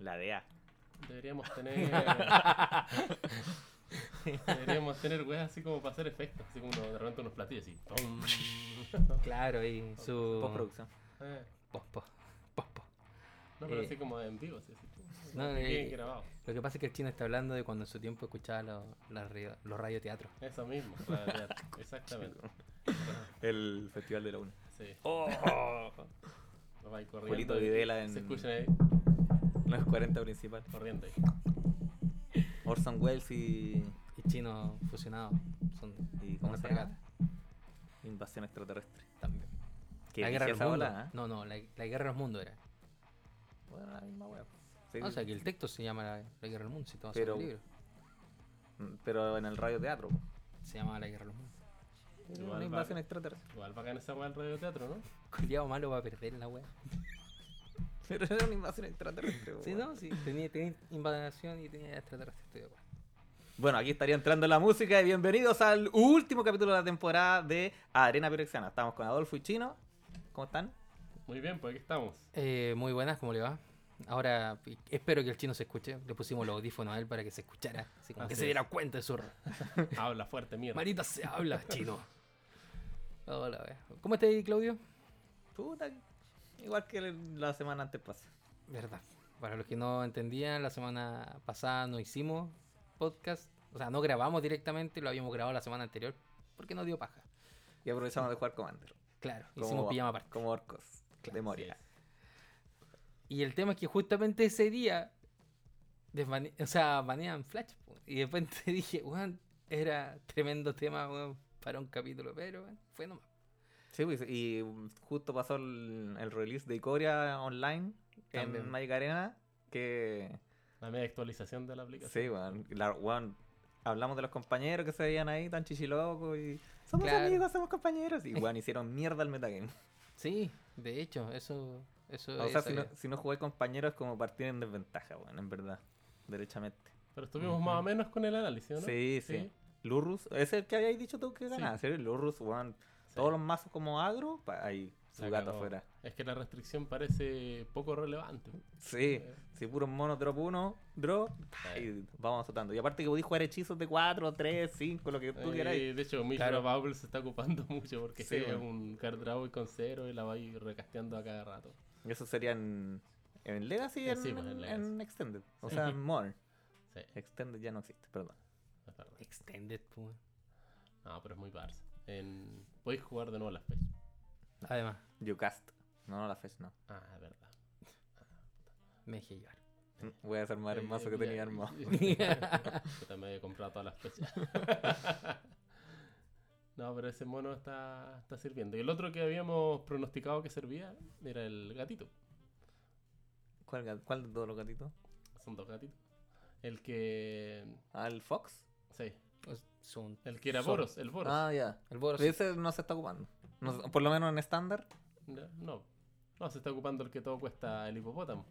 La DEA. Deberíamos tener. Deberíamos tener weas así como para hacer efectos, así como uno- de repente unos platillos así. ¡pum! Claro, y su. Postproducción. Eh, Pospo. Pospo. no, pero Eh. así como en vivo, así. así, pum, No, que quede eh. grabado. Lo que pasa es que el chino está hablando de cuando en su tiempo escuchaba los, las radio- los radioteatros. Eso mismo, la verdad, exactamente. El Festival de la Una. Sí, ¡Oh! lo va ahí corriendo. Julito y Videla en- Se escuchan ahí, Los 40 principal. corriendo ahí. Orson Welles y. Y chino fusionado. Son ¿Y cómo una se llama? fragata Invasión extraterrestre. también. Que la guerra de dice los esa mundos. bola, ¿eh? No, no, la, la guerra de los mundos era. Bueno, la misma wea. Sí, O sí. sea que el texto se llama La, la guerra de los mundos, si te vas Pero- a hacer un libro. Mm, Pero en el radioteatro. po. Se llama La guerra de los mundos. Igual Una va- invasión extraterrestre. Igual bacán esa wea del radioteatro, ¿no? Culiado malo va a perder la wea. Pero era una invasión extraterrestre. po, Sí, weón. no, sí. Tenía, tenía invasión y tenía extraterrestres, estoy de acuerdo. Bueno, aquí estaría entrando la música y bienvenidos al último capítulo de la temporada de Arena Pirexiana. Estamos con Adolfo y Chino. ¿Cómo están? Muy bien, pues aquí estamos. Eh, muy buenas, ¿cómo le va? Ahora pi- espero que el chino se escuche. Le pusimos los audífonos a él para que se escuchara. Así como Así que se es. diera cuenta de su. Habla fuerte, mierda. Marita se habla, chino. Hola, wea. ¿Cómo estás, Claudio? Puta, igual que la semana antes pasa. Verdad. Para los que no entendían, la semana pasada no hicimos podcast. O sea, no grabamos directamente, lo habíamos grabado la semana anterior porque no dio paja. Y aprovechamos de jugar Commander. Claro, Como- hicimos pijama aparte. Como orcos. Claro, de Moria. así Y el tema es que justamente ese día, desbane- o sea, banean Flash. po. Y de repente dije, weón, era tremendo tema, weón, para un capítulo, pero weón, fue nomás. Sí, pues, y mm, justo pasó el, el release de Icoria online También. en Magic Arena. Que. La media actualización de la aplicación. Sí, weón. la- weón, Hablamos de los compañeros que se veían ahí tan chichilocos y. Somos Claro. amigos, somos compañeros. Y weón, hicieron mierda al metagame. Sí, de hecho, eso. eso O sea, eso si no, era. si no jugáis compañeros es como partir en desventaja, weón, en verdad. Derechamente. Pero estuvimos más o menos con el análisis, ¿no? Sí, sí. Lurrus, es el que habíais dicho tú que Sí. ganaba, ¿sí? Lurrus, weón. Todos los mazos como agro, pa- ahí, su La gato cagó. afuera. Es que la restricción parece poco relevante. Sí, Eh. si puros monos drop uno, drop, pa, y vamos azotando. Y aparte que podéis jugar hechizos de 4, 3, 5, lo que tú Eh, queráis. de hecho, Mission Claro. Bubble se está ocupando mucho porque Sí, es bueno. un card draw y con cero y la va a ir recasteando a cada rato. Eso sería en, en Legacy y en, Sí, pues, en en Legacy. Extended. O Sí. sea, en More. Sí, Extended ya no existe, perdón. es verdad. Extended, po, weón. No, pero es muy parse. En... Podéis jugar de nuevo las fechas. Además, You cast. No, no, la fecha no. Ah, es verdad. me dejé llevar. Voy a desarmar el Eh, mazo que mira, tenía armado. Yo también he comprado todas las fechas. no, pero ese mono está, está sirviendo. Y el otro que habíamos pronosticado que servía era el gatito. ¿Cuál, ga- cuál de todos los gatitos? Son dos gatitos. El que. ¿Al Ah, Fox? Sí, Os- Pues, Son el que era Son. Boros, el Boros. Ah, ya. el Boros. Pero ese no se está ocupando. No se- por lo menos en estándar. No, no. No, se está ocupando el que todo cuesta el hipopótamo.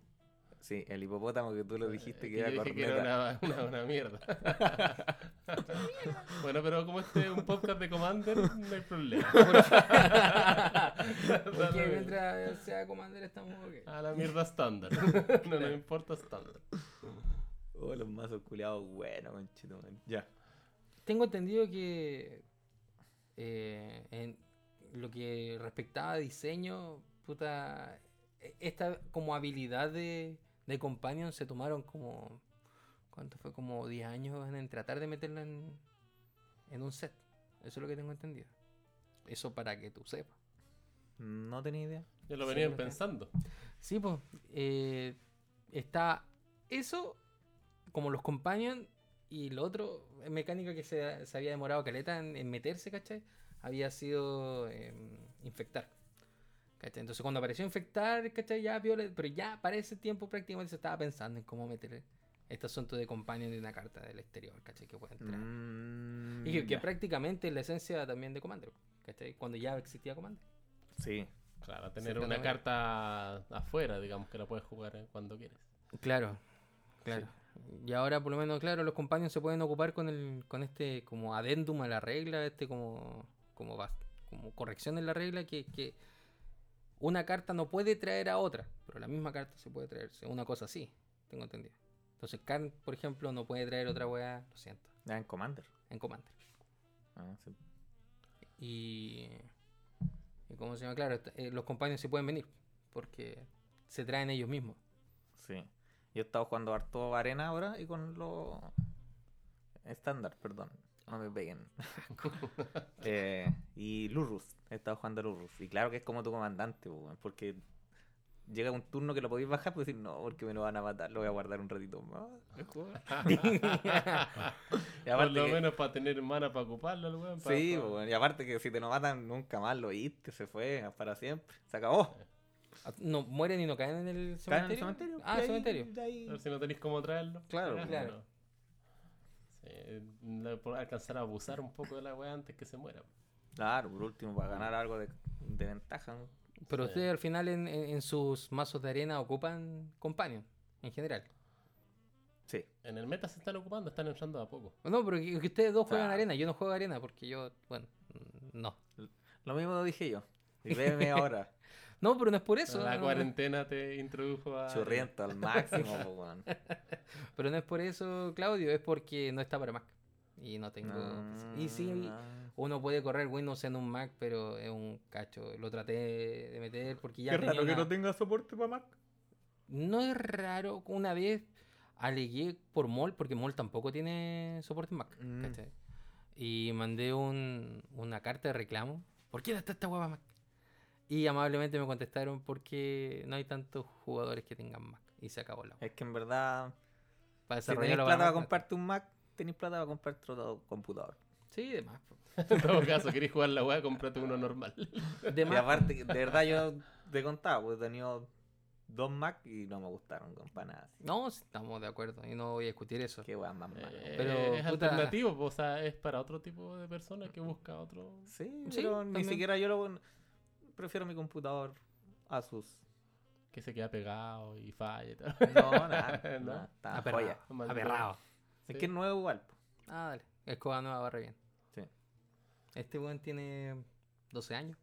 Sí, el hipopótamo que tú lo dijiste Eh, que era yo dije que era corneta. una, una- una mierda. bueno, pero como este es un podcast de Commander, no hay problema. Da Porque lo mismo. mientras sea Commander estamos ok. A la mierda estándar. no nos importa estándar. Oh, los mazos culiados, bueno, conchito, man. Ya. Tengo entendido que eh, en lo que respectaba a diseño, puta, e- esta como habilidad de, de Companion se tomaron como, ¿cuánto fue? Como 10 años en, en tratar de meterla en, en un set. Eso es lo que tengo entendido. Eso para que tú sepas. No tenía idea. Ya lo Sí, venían lo tengo. pensando. Sí, pues, eh, está eso, como los Companion, y lo otro, eh, mecánica que se, se había demorado caleta en, en meterse, ¿cachai? Había sido eh, infectar. ¿Cachai? Entonces cuando apareció infectar, ¿cachai? Ya viola, pero ya para ese tiempo prácticamente se estaba pensando en cómo meter este asunto de Companion de una carta del exterior, ¿cachai? Que puede entrar. Mm, y que, que ya. prácticamente es la esencia también de Commander, ¿cachai? Cuando ya existía Commander. Sí. Claro, tener Sí, una claramente. carta afuera, digamos, que la puedes jugar eh, cuando quieres. Claro, claro. Y ahora por lo menos, claro, los compañeros se pueden ocupar con el, con este como adendum a la regla, este como, como, bas- como corrección en la regla, que, que una carta no puede traer a otra, pero la misma carta se puede traer, o sea, una cosa así. tengo entendido. Entonces, Khan, por ejemplo, no puede traer otra weá, lo siento, Ah, en Commander. en Commander. Ah, sí. Y. y ¿Cómo se llama? Claro, est- eh, los compañeros sí pueden venir, porque se traen ellos mismos. Sí. Yo he estado jugando harto arena ahora y con los estándar, perdón. No me peguen. Eh, y Lurrus. He estado jugando Lurrus. Y claro que es como tu comandante, po, weón, porque llega un turno que lo podéis bajar, pues decir, no, porque me lo van a matar, lo voy a guardar un ratito más. Y Por aparte lo que- menos para tener mana para ocuparlo, el weón. pa- sí, pa- po, weón, y aparte que si te lo matan nunca más lo oíste, se fue para siempre. Se acabó. Ah, No, mueren y no caen en el Caen cementerio. en el cementerio. y Ah, el ahí- cementerio. y ahí- A ver si no tenéis cómo traerlo. Claro, Ah, claro. no. Sí, la- por alcanzar a abusar un poco de la weá antes que se muera. Claro, por último, para ganar algo de, de ventaja. ¿no? Pero Sí. ustedes al final en, en- en sus mazos de arena ocupan companion, en general. Sí. En el meta se están ocupando, están entrando de a poco. No, pero que, que ustedes dos juegan Ah. arena, yo no juego arena porque yo, bueno, mm, no. Lo mismo dije yo. Y veme ahora. No, pero no es por eso. la no, no, cuarentena te introdujo a. Churriento al máximo, po, weón. Pero no es por eso, Claudio, es porque no está para Mac. Y no tengo... Y sí, Ah. uno puede correr Windows en un Mac, pero es un cacho. Lo traté de meter porque ya... Qué tenía raro que una- no tenga soporte para Mac. No es raro, una vez alegué por MOL, porque MOL tampoco tiene soporte en Mac, Mm. ¿cachai? Y mandé un- una carta de reclamo. ¿Por qué no está esta hueva Mac? Y amablemente me contestaron porque no hay tantos jugadores que tengan Mac. Y se acabó la hueva. Es que en verdad, Para Eh, si desarrollar tenéis plata la hueva para Mac, comprarte un Mac, tenéis plata para comprarte otro computador. Sí, de más. po. En todo caso, querés jugar la weá, comprate uno normal. De Y más. aparte, que de verdad yo te contaba, pues he tenido dos Mac y no me gustaron, compa, nada. así. No, sí, estamos de acuerdo. Y no voy a discutir eso. Qué weón más malo. Eh, Pero, es puta. alternativo, po, o sea, es para otro tipo de personas que busca otro. Sí, Sí, pero ni también. siquiera yo lo prefiero mi computador Asus. que se queda pegado y falla y tal. No, nada, No. nada, está Aperrado. joya. Maldito. Aperrado. Es Sí. que es nuevo igual. po. Ah, dale. Escoba nueva barre bien. Sí. Este weón tiene 12 años.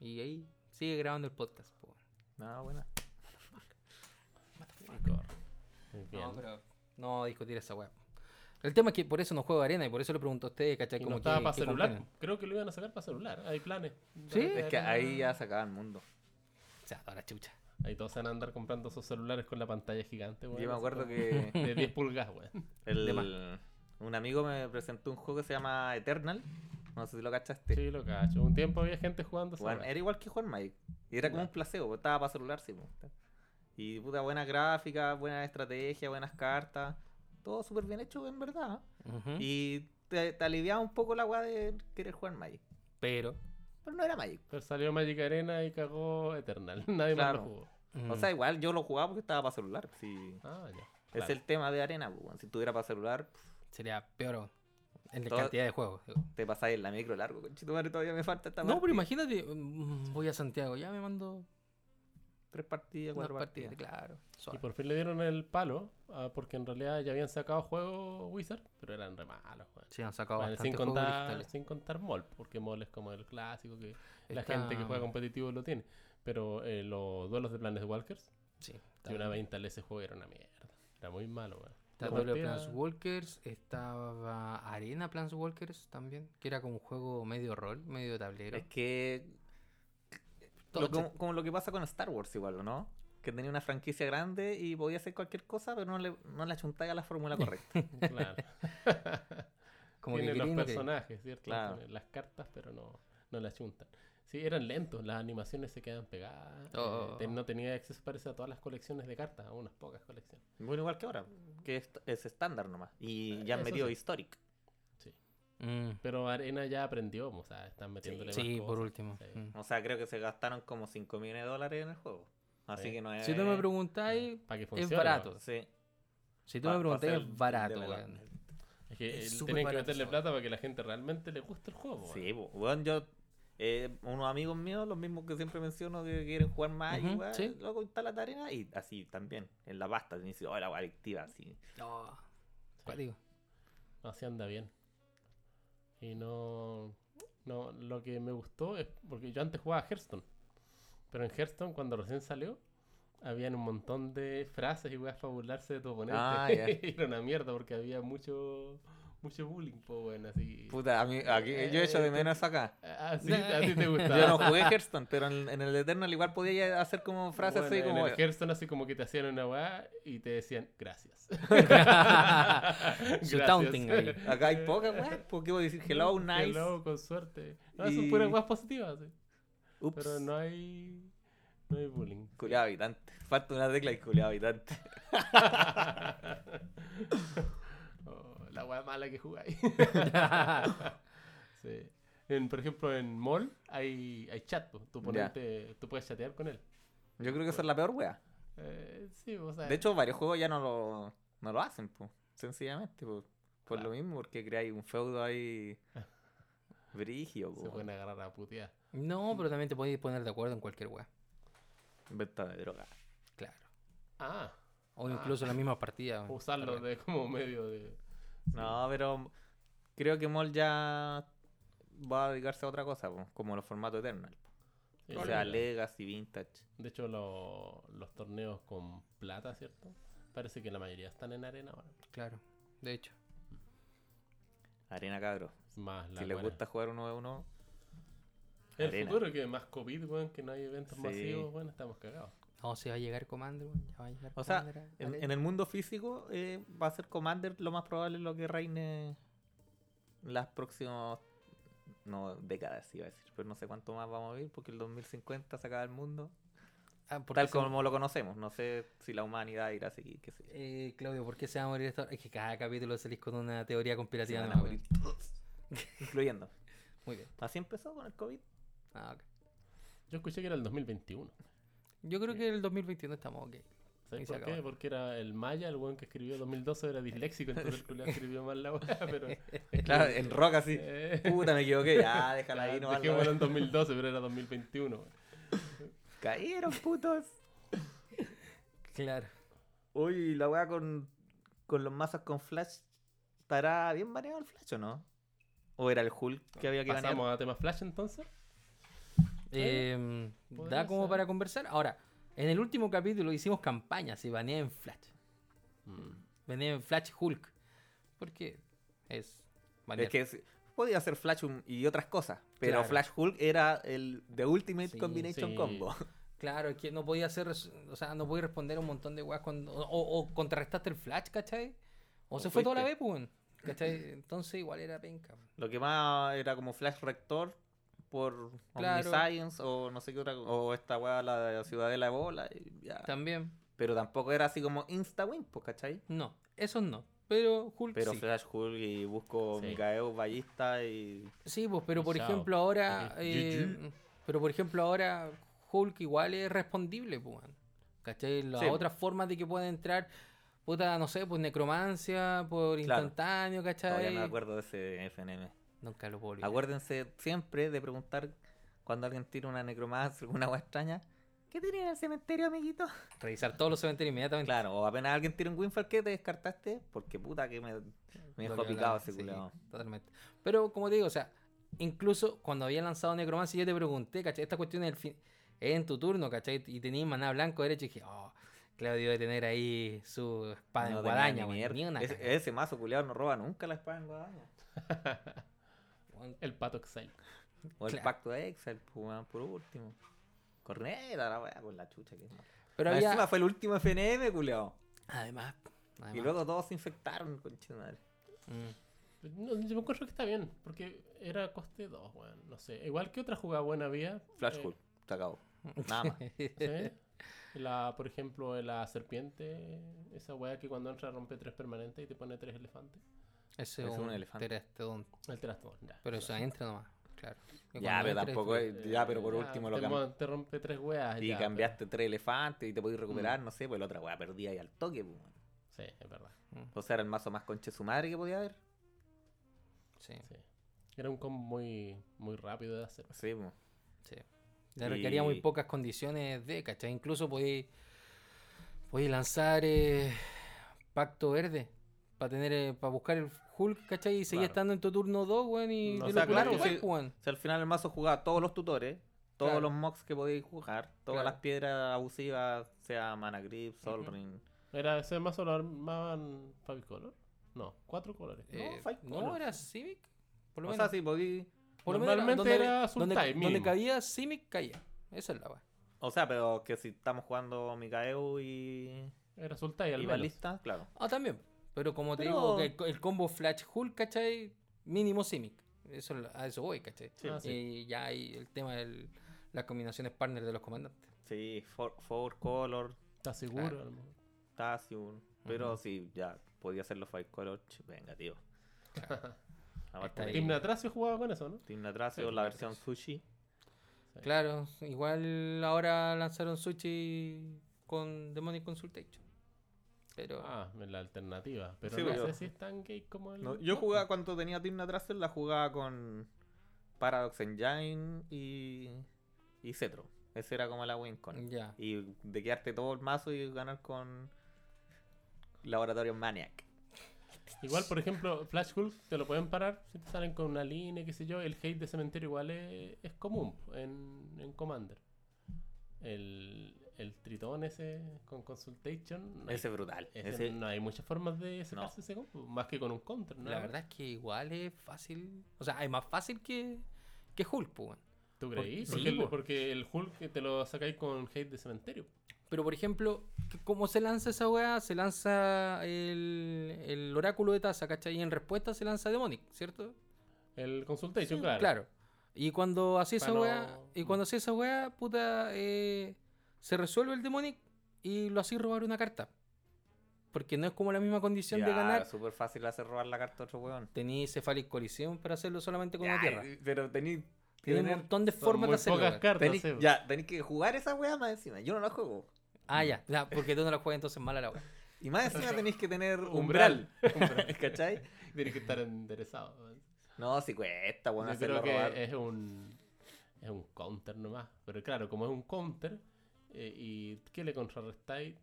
Y ahí sigue grabando el podcast. po. Nada, buena. Corre. Muy bien. No, pero no vamos a discutir esa weá. El tema es que por eso no juego arena y por eso le pregunto a ustedes, ¿cachai? Y no Como estaba que- para que celular. componen. Creo que lo iban a sacar para celular. Hay planes. De ¿Sí? repente Es que hará- ahí ya se acaba el mundo. O sea, ahora chucha. Ahí todos se van a andar comprando esos celulares con la pantalla gigante, weón. Yo me así acuerdo como que De 10 pulgadas, weón. El- De más. un amigo me presentó un juego que se llama Eternal. No sé si lo cachaste. Sí, lo cacho. Un tiempo había gente jugando. esa Weón, weá. era igual que Juan Magic. Y era como Ya. un placebo, estaba para celular, sí. po. Y puta, buena gráfica, buena estrategia, buenas cartas. Todo súper bien hecho, en verdad. Ujú. Y te, te aliviaba un poco la weá de querer jugar Magic. Pero. Pero no era Magic. Pero salió Magic Arena y cagó Eternal. Nadie Claro. más lo jugó. mm, O sea, igual yo lo jugaba porque estaba para celular. Sí. Ah, ya. Es el tema de arena, po, weón. Si tuviera para celular, pf, sería peor aún, en la Todo- cantidad de juegos. digo. te pasáis en la micro largo. Conchito madre, todavía me falta esta No, pero partida. imagínate, mm, voy a Santiago, ya me mando Tres partidas, una cuatro partida, partidas. claro. Y suave. por fin le dieron el palo, ah, porque en realidad ya habían sacado juegos Wizard, pero eran re malos, weón. Sí, han sacado Bueno, sin, bastante juegos contar, digitales. sin contar MOL, porque MOL es como el clásico que la Está- gente que juega competitivo lo tiene. Pero eh, los duelos de Planes Walkers, Sí, está yo una vez instalé ese juego y era una mierda. Era muy malo, weón. Está La Duelo de partida- Planswalkers, estaba Arena Planswalkers también, que era como un juego medio rol, medio de tablero. Es que Todo Lo- che- como, como lo que pasa con Star Wars igual, ¿o ¿no? Que tenía una franquicia grande y podía hacer cualquier cosa, pero no le, no le achuntaba la fórmula correcta. Claro. como que Tienen quería y los no quería. personajes, ¿cierto? Claro. Tienen Las cartas, pero no, no las juntan. Sí, eran lentos, las animaciones se quedan pegadas. eh, Oh. te- no tenía acceso, parece, a todas las colecciones de cartas, a unas pocas colecciones. bueno, igual que ahora, que es, es estándar nomás. Y Eh, ya han eso metido sí. Historic. Mm. Pero Arena ya aprendió, o sea, están metiéndole más Sí, por cosas, último. sí. mm. O sea, creo que se gastaron como 5 millones de dólares en el juego. Así Sí. que no es... Si tú me preguntáis, Para que funcione. barato. weón. Sí. si tú Pa- me pa preguntáis, hacer es barato, development. weón. Es que Es eh, súper tienen que barato meterle esa plata para que la gente realmente le guste el juego. Sí, po. bueno, yo... eh, unos amigos míos, los mismos que siempre menciono que quieren jugar más Ujú, igual, sí. luego instala la arena y así también, en la pasta, y dice, oh, la adictiva, así. No. ¿Cuál digo? weón. Así anda bien. Y no, no. Lo que me gustó es. Porque yo antes jugaba a Hearthstone. Pero en Hearthstone, cuando recién salió, habían un montón de frases y weas para burlarse de tu oponente. Ah, ya. Era una mierda porque había mucho, mucho bullying, po, weón, así. Puta, a mí, aquí, yo echo de menos acá. Ah, sí, a ti te gustaba. Yo no jugué Hearthstone, pero en, en el Eternal igual podía ya hacer como frases Bueno, así en como... el Hearthstone así como que te hacían una weá y te decían gracias. Su taunting ahí. Acá hay pocas, weón. ¿Por qué voy a decir hello, nice? Hello, con suerte. No, son Y- puras weas positivas. sí. Ups. Pero no hay. No hay bullying. Culeado habitante. Falta una tecla y culeado habitante. Oh, la wea mala que jugáis. Sí. En, por ejemplo, en Mall hay, hay chat. po. Tu oponente- tú puedes chatear con él. Yo creo que esa es la peor wea. Eh, sí, o sea, De hecho, varios juegos ya no lo, no lo hacen, po. Sencillamente, po. Por lo mismo, porque creáis un feudo ahí. Ah. Brigio, se po. pueden agarrar a putear. No, pero también te podéis poner de acuerdo en cualquier weá. Venta de droga. Claro. Ah, O Ah. incluso en la misma partida. Ah, weón. usarlo de, como medio de. No, pero creo que Mol ya va a dedicarse a otra cosa, po, como los formatos Eternal. O sea, Legacy, Vintage. eh, De hecho, lo- los torneos con plata, ¿cierto? Parece que la mayoría están en arena ahora. Claro. De hecho. Arena cabro. Más la si les buena. gusta jugar uno de uno, El arena. futuro que más COVID, weón, que no hay eventos Sí. masivos, bueno, estamos cagados. No, se va a llegar Commander, weón, ya va a llegar O sea, Commander a- a en, la- en el mundo físico eh, va a ser Commander lo más probable lo que reine las próximas no décadas iba a decir, pero no sé cuánto más vamos a vivir porque el 2050 se acaba el mundo Ah, ¿por qué tal se- como lo conocemos, no sé si la humanidad irá a seguir, qué sé yo. eh, Claudio, ¿por qué se va a morir esto? Es que cada capítulo salís con una teoría Se conspirativa. van a nueva, morir todos, incluyendo. weón. Muy bien. Así empezó con el COVID. Ah, ok. Yo escuché que era el 2021. Yo creo que el 2021 estamos ok. Y ¿Sabes se por qué? acabó. Porque era el Maya, el weón que escribió 2012, era disléxico, entonces el culiao escribió mal la weá, pero. Eh, Claro, en rock así. Eh, Puta, me equivoqué. Ya, déjala ya, ahí, no dejémoslo vale. en 2012, pero era 2021. weón. Cayeron, putos. Claro. Uy, la weá con, con los mazos con Flash. ¿Estará bien baneado el Flash o no? ¿O era el Hulk que había que banear? Pasamos a temas Flash entonces. Em, podría da como ser. para conversar. Ahora, en el último capítulo hicimos campañas y banea en Flash. Banea en Flash Hulk. Porque es. banear. Es que es- podía ser Flash un- y otras cosas. Pero Claro. Flash Hulk era el The Ultimate Sí, Combination sí. Combo. Claro, es que no podía hacer, res- o sea, no podía responder a un montón de weas cuando. O, o- o contrarrestaste el flash, ¿cachai? O, O se fue toda la fuiste. vez, pues, weón, ¿cachai? Entonces igual era penca. weón. Lo que más era como Flash Rector por Claro. Omniscience o no sé qué otra. O esta weá, la, de la Ciudadela de Bola. y ya. También, Pero tampoco era así como Insta-Win, pues, ¿cachai? no, esos no. Pero Hulk Pero sí. Flash Hulk y busco Sí. Micael Ballista y. Sí, pues, pero por Chao. ejemplo Yu- ahora. eh, pero por ejemplo ahora Hulk igual es respondible, pues, weón, ¿cachai? Las Sí. otras formas de que pueda entrar, puta, no sé, pues necromancia, por Claro. instantáneo, Todavía ¿cachai? no me acuerdo de ese FNM. Nunca lo puedo olvidar. Acuérdense siempre de preguntar cuando alguien tira una necromancia, alguna agua extraña. ¿Qué tiene en el cementerio, amiguito? Revisar todos los cementerios inmediatamente. Claro, o apenas alguien tira un Winfall que te descartaste, porque puta que me, me Lo dejó que picado hablaba, ese sí, culiao. Totalmente. Pero como te digo, o sea, incluso cuando había lanzado Necromancy, yo te pregunté, ¿cachai? Esta cuestión es, el fin- es en tu turno, ¿cachai? Y tenías maná blanco derecho y dije, oh, Claudio debe tener ahí su espada No en tenía guadaña, ni weón, mierda. ni una Ese- caga, ese mazo culiao no roba nunca la espada en guadaña. weón. El pato Excel. O el Claro. pacto de Excel, pues, weón, por último. Corneta, la weá, con la chucha que Pero Más había... Encima fue el último FNM, culiao. Además, además, Y luego todos se infectaron, conche de madre. mm, No, yo me encuentro que está bien, porque era coste 2, weón. No sé. Igual que otra jugada buena había. Flash eh, Hulk, se acabó. Nada más. ¿Sí? La, por ejemplo, la serpiente, esa weá que cuando entra rompe tres permanentes y te pone tres elefantes. ese Es es un un elefante. pteranodonte. El trastón, ya. Pero eso entra nomás, claro. Y Ya, cuando pero entra, tampoco es- es- Ya, pero por último lo te, cambié. mo- te rompe tres weas. Y ya, cambiaste tres elefantes y te podías recuperar, Mm. no sé, pues la otra weá perdía ahí al toque, pues. weón. pero- Sí, es verdad. Mm, O sea, era el mazo más conche su madre que podía haber. Sí, Sí. Era un combo muy, muy rápido de hacer. Sí, pues. Sí. Le requería muy Y- pocas condiciones de, ¿cachai? Incluso podéis podéis lanzar eh, Pacto Verde para tener para buscar el Hulk, ¿cachai? Y seguía Claro. estando en tu turno 2, weón, y No, te o lo sea, podías claro, jugar, sí. weón. O sea, al final el mazo jugaba todos los tutores, Todos Claro. los mocks que podéis jugar, todas Claro. las piedras abusivas, sea Mana Grip, Sol Ujú. Ring. ¿Era ese mazo lo armaban Five Color? No, cuatro colores. Eh, Five no, Colors. era Civic. Por lo O menos. sea, si podéis. por lo menos normalmente era donde, Sultai, donde, mínimo. donde cabía Civic, caía. Esa es la weá. O sea, pero que si estamos jugando Mikaeu y. Era Sultai al Y menos. Balista, claro. Ah, también. Pero como te Pero- digo, que el, el combo Flash Hulk, ¿cachai? Mínimo Simic. Eso, es lo- a eso voy, ¿cachai? Sí. Ah, sí. Y ya hay el tema de las combinaciones partner de los comandantes. Sí, Four, four Color, ¿Estás seguro? Claro. A lo mejor. Tassion. Pero Ujú. sí, ya, podía hacer los Five Color. ch- Venga, tío. Aparte, Está ahí. Team Natracio jugaba con eso, ¿no? Team Natrasio, Sí, la claro. versión Sushi. Sí. Claro, igual ahora lanzaron Sushi con Demonic Consultation. Pero Ah, es la alternativa. Pero Sí, no pero- sé si es tan gay como el. No, yo jugaba cuando tenía Team Natrasio, la jugaba con Paradox Engine y. y Cetro. Esa era como la Wincon. ya. Y de quedarte todo el mazo y ganar con. Laboratorio Maniac. Igual, por ejemplo, Flash Hulk te lo pueden parar si te salen con una línea, qué sé yo. El hate de cementerio igual es, es común en, en Commander. El, el tritón ese con Consultation. no hay- Ese es brutal. ese Ese- no hay muchas formas de sacarse No. ese combo, más que con un counter, ¿no? La verdad es que igual es fácil. O sea, es más fácil que, que Hulk, pues, weón. ¿Tú Por- creí? sí, Porque, el, po. porque el Hulk te lo sacáis con hate de cementerio. Pero por ejemplo, que- ¿cómo se lanza esa weá? Se lanza el, el oráculo de taza, ¿cachai? Y en respuesta se lanza Demonic, ¿cierto? El Consultation, claro. mm. Y cuando así esa Pa' no- weá, y cuando así esa weá, puta, eh, se resuelve el Demonic y lo así robar una carta. Porque no es como la misma condición de Ya, ganar. Es súper fácil hacer robar la carta a otro weón. Tení Cephalic Coliseum para hacerlo solamente con una Ya, tierra. eh, Pero tenéis que Tení un tener- montón de Son formas muy de hacerlo. pocas weón. cartas. tenéis- sí, po. ya, tenéis que jugar esa weá más encima. Yo no la juego. Ah, ya. ya, porque tú no la juegas entonces mala la weá. Y más encima tenéis que tener Umbral. umbral. ¿Cachai? Tiene que estar enderezado. ¿no? No, si cuesta, weón, Yo creo hacerlo que robar. es un es un counter nomás. Pero claro, como es un counter, eh, ¿y qué le contrarrestáis?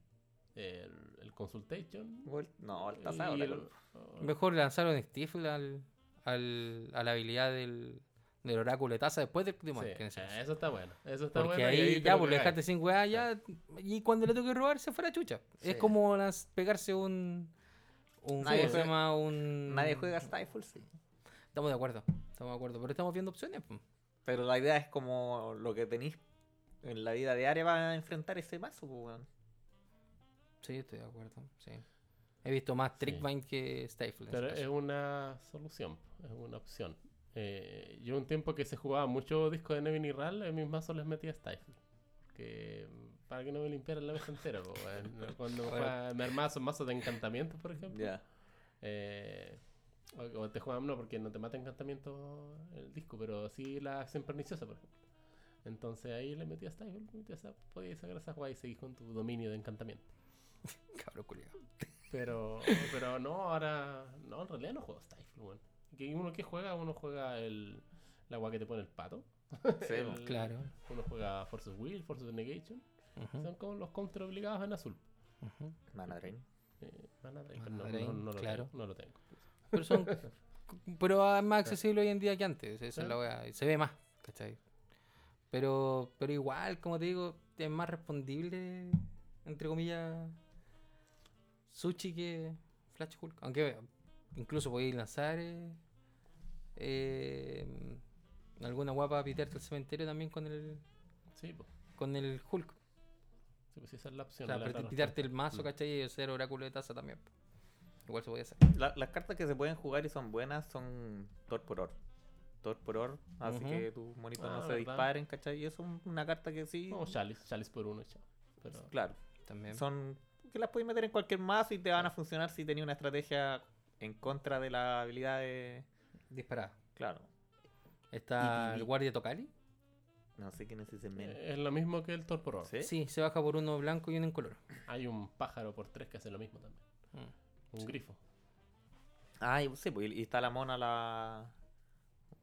El, el consultation. Vol- No, el y tasado. la el- oh, col- o- Mejor lanzaron Stifle al, al- a la habilidad del, del oráculo de taza después del sí, Demonic. en ese caso. eh, eso está bueno. Eso está Porque bueno. y ahí, te ya, lo pues lo cagáis. dejaste sin weá, ya. Y cuando le toque robar, se fue la chucha. Es Sí. como las- pegarse un. un Nadie ¿cómo se juega- llama? Un- Nadie juega Stifle, sí. Estamos de acuerdo, estamos de acuerdo. Pero estamos viendo opciones. pues. po. Pero la idea es como lo que tenéis en la vida diaria para enfrentar ese mazo, pues, weón. Sí, estoy de acuerdo. Sí. He visto más Trickbind que Stifle. en Pero ese es caso. una solución, es una opción. Eh, yo un tiempo que se jugaba mucho disco de Nevin y Ral, en mis mazos les metía Stifle. Que, mm, para que no me limpiaran la mesa entera. po, weón. Cuando Claro. jugaba- me armaba esos mazos de encantamientos, por ejemplo. Ya. Eh, o, o te juegan, no, porque no te mata encantamiento el disco, pero sí la acción perniciosa, por ejemplo. Entonces ahí le metías Stifle, le metías esa- podías sacar esa guay y seguís con tu dominio de encantamiento. Cabrón culiao. Pero, pero no, ahora. No, en realidad no juego Stifle, weón. Que uno que juega, uno juega el. La guay que te pone el pato. Sí, El- pues. Claro. Uno juega Force of Will, Force of Negation. Ujú, Son como los counter obligados en azul. ujú. Mana Drain. Eh, Mana Drain, pero Mana no, Drain, no- no lo claro. tengo, no lo tengo. Pero son. pero es más accesible hoy en día que antes. Esa es la weá. y Se ve más, ¿cachai? Pero, pero igual, como te digo, es más respondible, entre comillas, Sushi que Flash Hulk. Aunque eh, incluso podéis lanzar eh, eh, alguna guapa a pitearte al cementerio también con el Sí, pues. con el Hulk. Sí, pues esa es la O opción. sea, la- la pite- respuesta. pitearte el mazo, Mm. ¿cachai? Y hacer oráculo de taza también. po. Igual se podía hacer. La- las cartas que se pueden jugar y son buenas son Torporor. Torporor, así Ujú. que tus monitos Ah, no se ¿verdad? Oh, disparen, ¿cachai? Y es un- una carta que sí. No, Chalice, Chalice por uno, chao. Pero Claro. También. Son que las podéis meter en cualquier mazo y te van a funcionar si tenía una estrategia en contra de la habilidad de. Disparada. Claro. Está Y- y- el guardia Tocali. No sé quién es ese men. eh, es lo mismo que el Torporor. ¿Sí? Sí, se baja por uno blanco y uno en color. Hay un pájaro por tres que hace lo mismo también. Un grifo. Ah, y, sí, pues, y está la mona, la.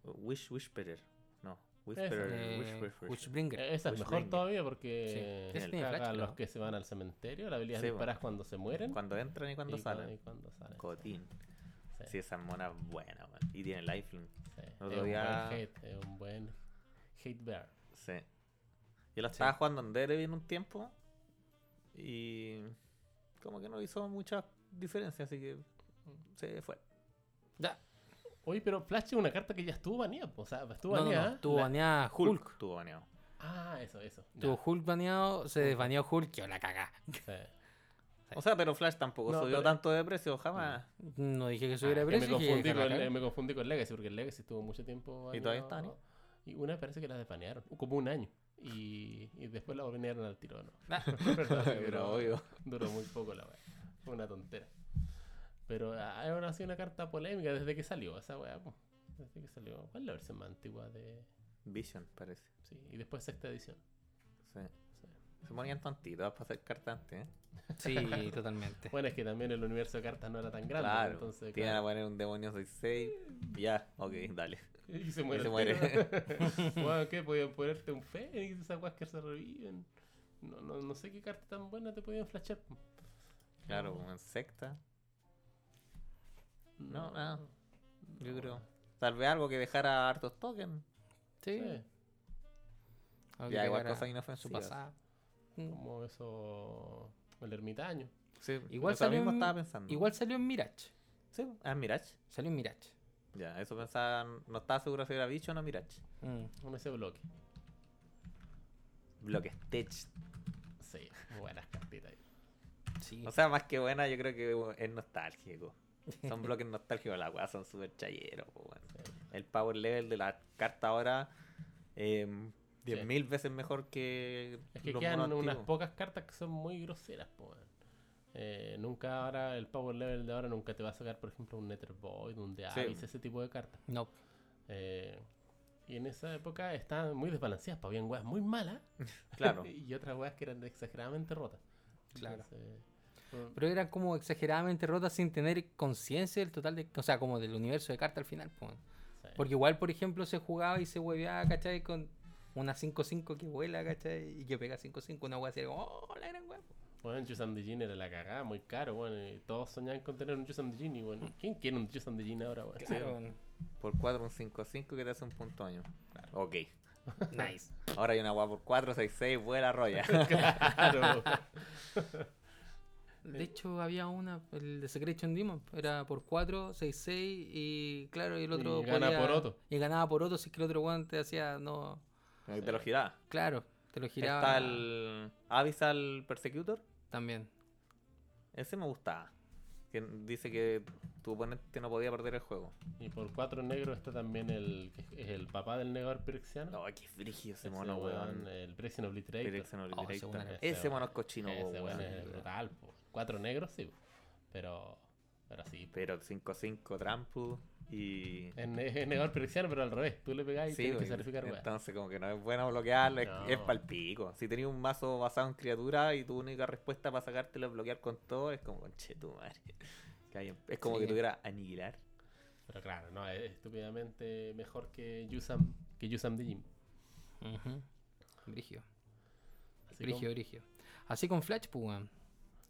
Wish Whisperer. No, Whisperer. Eh, Whisperer. Witchbringer. Eh, Esa es mejor Wishbringer. todavía porque Sí. Ese tiene caga flash, a los ¿no? que se van al cementerio. La habilidad Sí, de po. disparar cuando se mueren. Cuando entran y cuando y cu- salen. y cuando salen. Cotín. Sí, Sí, esa mona es buena, weón. Y tiene lifelink. sí. otro Es un buen día- hate, es un buen hate bear. Sí. Yo la estaba jugando en Derevin un tiempo. Y. Como que no hizo mucha diferencia, así que. mm, Se fue. Ya. Oye, pero Flash es una carta que ya estuvo baneada. O sea, estuvo ¿eh? No, no, no, baneada. estuvo La- baneada Hulk. Hulk tuvo baneado. Ah, eso, eso. ya, Estuvo Hulk baneado, se desbaneó Hulk, que la cagá. sí. O sea, pero Flash tampoco No, subió pero- Mm. tanto de precio, jamás. No dije que subiera Ah, que precio. me, dije que confundí la con, cagá. me confundí con Legacy, porque el Legacy estuvo mucho tiempo. ¿Y todavía baneado. está, no? Y una vez parece que la desbanearon, como un año. Y, y después la banearon al tiro, ¿no? Ah. Pero, pero obvio. Duró muy poco la wea. Fue una tontera. Pero ah, ahora ha sido una carta polémica desde que salió esa wea. po. Desde que salió. ¿Cuál es la versión más antigua de.? Vision, parece. Sí, y después sexta edición. Sí. Se ponían tontitos para hacer cartantes, ¿eh? Sí, totalmente. Bueno, es que también el universo de cartas no era tan grande. Claro. entonces, Tienen a claro. poner un demonio 6-6. Ya, ok, dale. Y se Y muere. se el muere. tiro. Bueno, ¿qué? Podían ponerte un Fénix, esas weas que se reviven. No, no, no sé qué carta tan buena te podían flashar. claro, como en secta. No, nada. Yo No. creo. Tal vez algo que dejara hartos tokens. Sí. Sí, Algo Ya, que igual cara cosas a Su inofensivas. pasada. Mm. como eso. El ermitaño. Sí, Igual igual eso salió mismo en- estaba pensando. Igual salió en Mirage. Sí, ah, Mirage. Salió en Mirage. Ya, eso pensaba. No estaba seguro si era bicho o no Mirage. Mm. Con ese bloque. Bloque Stitch. Sí, buenas cartitas. ahí. Sí. O sea, más que buena, yo creo que uh, es nostálgico. Son bloques nostálgicos, la weá, son súper chayeros. po, weón. El power level de la carta ahora, eh, 10.000 veces mejor que. Es que los quedan monos unas antiguos. pocas cartas que son muy groseras, po, weón. Eh, nunca ahora, el power level de ahora nunca te va a sacar, por ejemplo, un Nether Void, un Deavis, Sí. ese tipo de cartas. no. Eh, y en esa época estaban muy desbalanceadas, pa, habían weas muy malas Claro. y otras weas que eran exageradamente rotas. Claro. Entonces, bueno, Pero era como exageradamente rota sin tener conciencia del total de. O sea, como del universo de carta al final. pues, po. sí. Porque igual, por ejemplo, se jugaba y se hueveaba, ¿cachai? Con una 5-5 que vuela, ¿cachai? Y que pega 5-5. Una wea así, como, oh, la gran wea. po. Bueno, Jusam Dijin era la cagada, muy caro, bueno, y todos soñaban con tener un Jusam Dijin y bueno, ¿quién quiere un Jusam Dijin ahora, weón? Claro. Por 4, un 5, 5 que te hace un punto año. Ok. Nice. Ahora hay una weá por 4, 6, 6, vuela roya. Claro. De hecho, había una, el de Secretion Demon, era por 4, 6, 6 y claro, y el otro Y gana por otro. Y ganaba por otro, si es que el otro guante hacía, no, Ahí Te lo giraba. claro, te lo giraba Está el Abyssal Persecutor. también. Ese me gustaba. Que dice que tu oponente no podía perder el juego. Y por cuatro negros está también el que es el papá del negador pirexiano. No, qué frigio ese Ese mono, weón, weón. El Pirexian Obliterator. Dirección Oh, ese directa. weón era- Ese ese mono es weón- cochino, Ese weón weón. es brutal, po. Cuatro negros, sí. po. Pero, pero sí. po. Pero 5-5 Trampu y. Es, ne- es negador pirexiano, pero al revés. Tú le pegás y Sí, tienes que pues, weón, sacrificar weón. entonces como que no es bueno bloquearlo, es, No. es pa'l pico. Si tenías un mazo basado en criatura y tu única respuesta para sacártelo es bloquear con todo, es como, che, tu madre. Que hay- em, Es como Sí. que tuviera aniquilar. Pero claro, no, es estúpidamente mejor que Yusam, que Yusam de Jim. Ujú. Brigio, Así brigio, como- brigio. Así con Flash, pues, weón.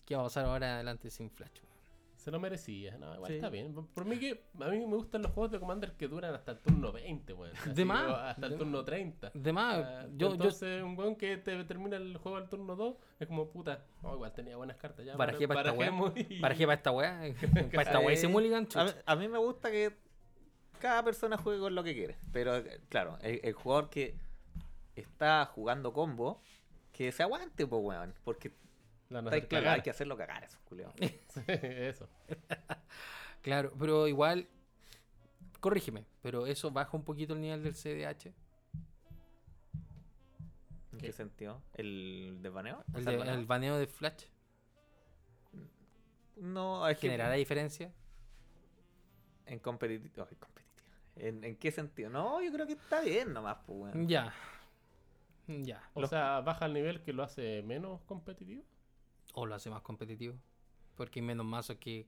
¿Qué va a pasar ahora adelante sin Flash? weón? Se lo merecía, no, igual Sí. está bien. Por- Por mí que a mí me gustan los juegos de Commander que duran hasta el turno 20, weón. Así, De más, o Hasta de el turno 30. De más, Ah, yo, yo entonces, un weón que te termina el juego al turno 2 es como puta. Oh, igual tenía buenas cartas ya. Barajé para pa' esta weá. barajé para esta weá, para esta Sí. weá y se mulligan, Eh, A, chucha. mí- a mí me gusta que cada persona juegue con lo que quiere. Pero eh, claro, el, el jugador que está jugando combo, que se aguante, pues weón. Porque La está claro, hay que hacerlo cagar a esos culiados. Eso. Claro, pero igual, corrígeme, pero eso baja un poquito el nivel del CDH. ¿En qué sentido? ¿El desbaneo? El, ¿O sea, de- el baneo? el baneo de Flash No, es que generará diferencia. en competitivo. ay, competitivo. ¿En, en qué sentido? No, yo creo que está bien nomás, pues weón. Ya. Ya. O Los- sea, baja el nivel que lo hace menos competitivo. O lo hace más competitivo. Porque hay menos mazos que,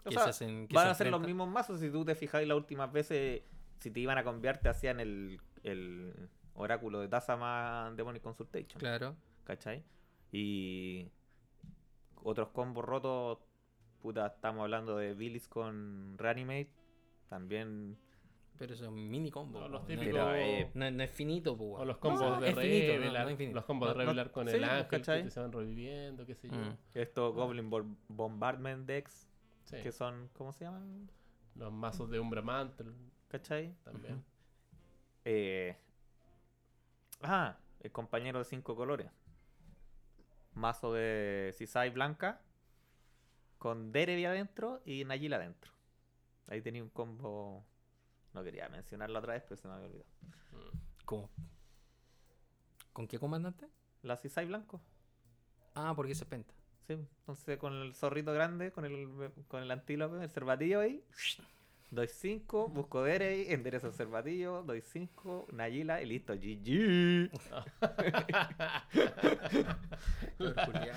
O que sea, se hacen. que Van se a ser los enfrentan. mismos mazos. Si tú te fijas las últimas veces, si te iban a cambiar, te hacían el, el oráculo de Tazama Demonic Consultation. Claro. ¿Cachai? Y otros combos rotos, puta, estamos hablando de Billis con Reanimate. También Pero eso es un mini combo. No, po, los no es- típicos. Pero, eh, no, no es finito, po, O weón. los combos No, de es finito, no, no, Revelar, es finito. los combos No, de no, Revelar con sí, el pues, ángel que ¿cachai? te se van reviviendo, qué sé yo. Mm. Estos Goblin Bor- Bombardment Decks, Sí. que son, ¿cómo se llaman? Los mazos de Umbra Mantle ¿Cachai? también. Ujú. Eh, Ah, el compañero de cinco colores. Mazo de Cisai blanca. Con Derevi adentro y Nagila adentro. Ahí tenía un combo. No quería mencionarlo otra vez, pero se me había olvidado. Mm. ¿Cómo? ¿Con qué comandante? La Cisai blanco. Ah, porque eso es penta. Sí, entonces con el zorrito grande, con el, con el antílope, el cervatillo ahí. Doy 5, busco Derey, enderezo el cervatillo, doy 5, Nayila y listo, GG.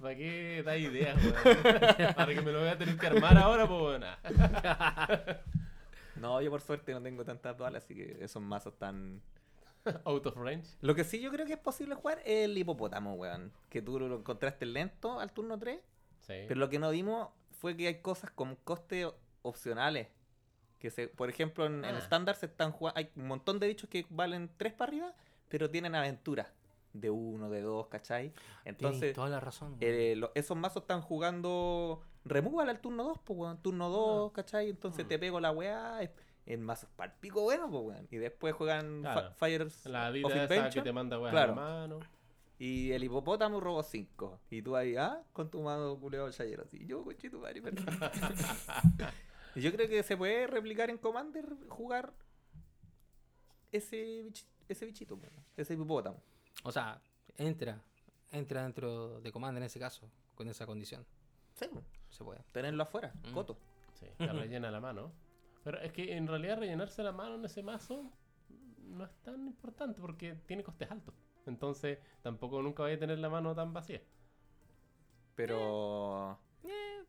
¿Para qué da ideas, weón? Para que me lo voy a tener que armar ahora, pues buena. No, yo por suerte no tengo tantas balas, así que esos mazos tan... Out of range. Lo que sí yo creo que es posible jugar es el hipopótamo, weón. Que tú lo encontraste lento al turno 3, Sí. pero lo que no vimos fue que hay cosas con costes opcionales. Que se, por ejemplo, en en Ah. estándar se están jugando, hay un montón de bichos que valen 3 para arriba, pero tienen aventuras de uno, de dos, ¿cachai? Entonces, Entonces, toda la razón. weón. eh, lo- esos mazos están jugando removal al turno 2, pues, weón. Turno 2, ¿cachai? Entonces Mm. te pego la weá. es- En mazos palpico bueno, pues, weón. Y después juegan Claro. Fi- Fires la of vida esa que Adventure te manda weón Claro. a la mano. y el hipopótamo robó 5. Y tú ahí, ah, con tu mano culeado chayero. Así, yo, coche tu madre, perdón. Y yo creo que se puede replicar en Commander jugar ese, bichi- ese bichito, po, ese hipopótamo. O sea, entra. Entra dentro de comando en ese caso. Con esa condición. Sí, po, Se puede. tenerlo afuera, Mm. coto. Sí, la rellena la mano. Pero es que en realidad rellenarse la mano en ese mazo no es tan importante porque tiene costes altos. Entonces tampoco nunca vaya a tener la mano tan vacía. Pero.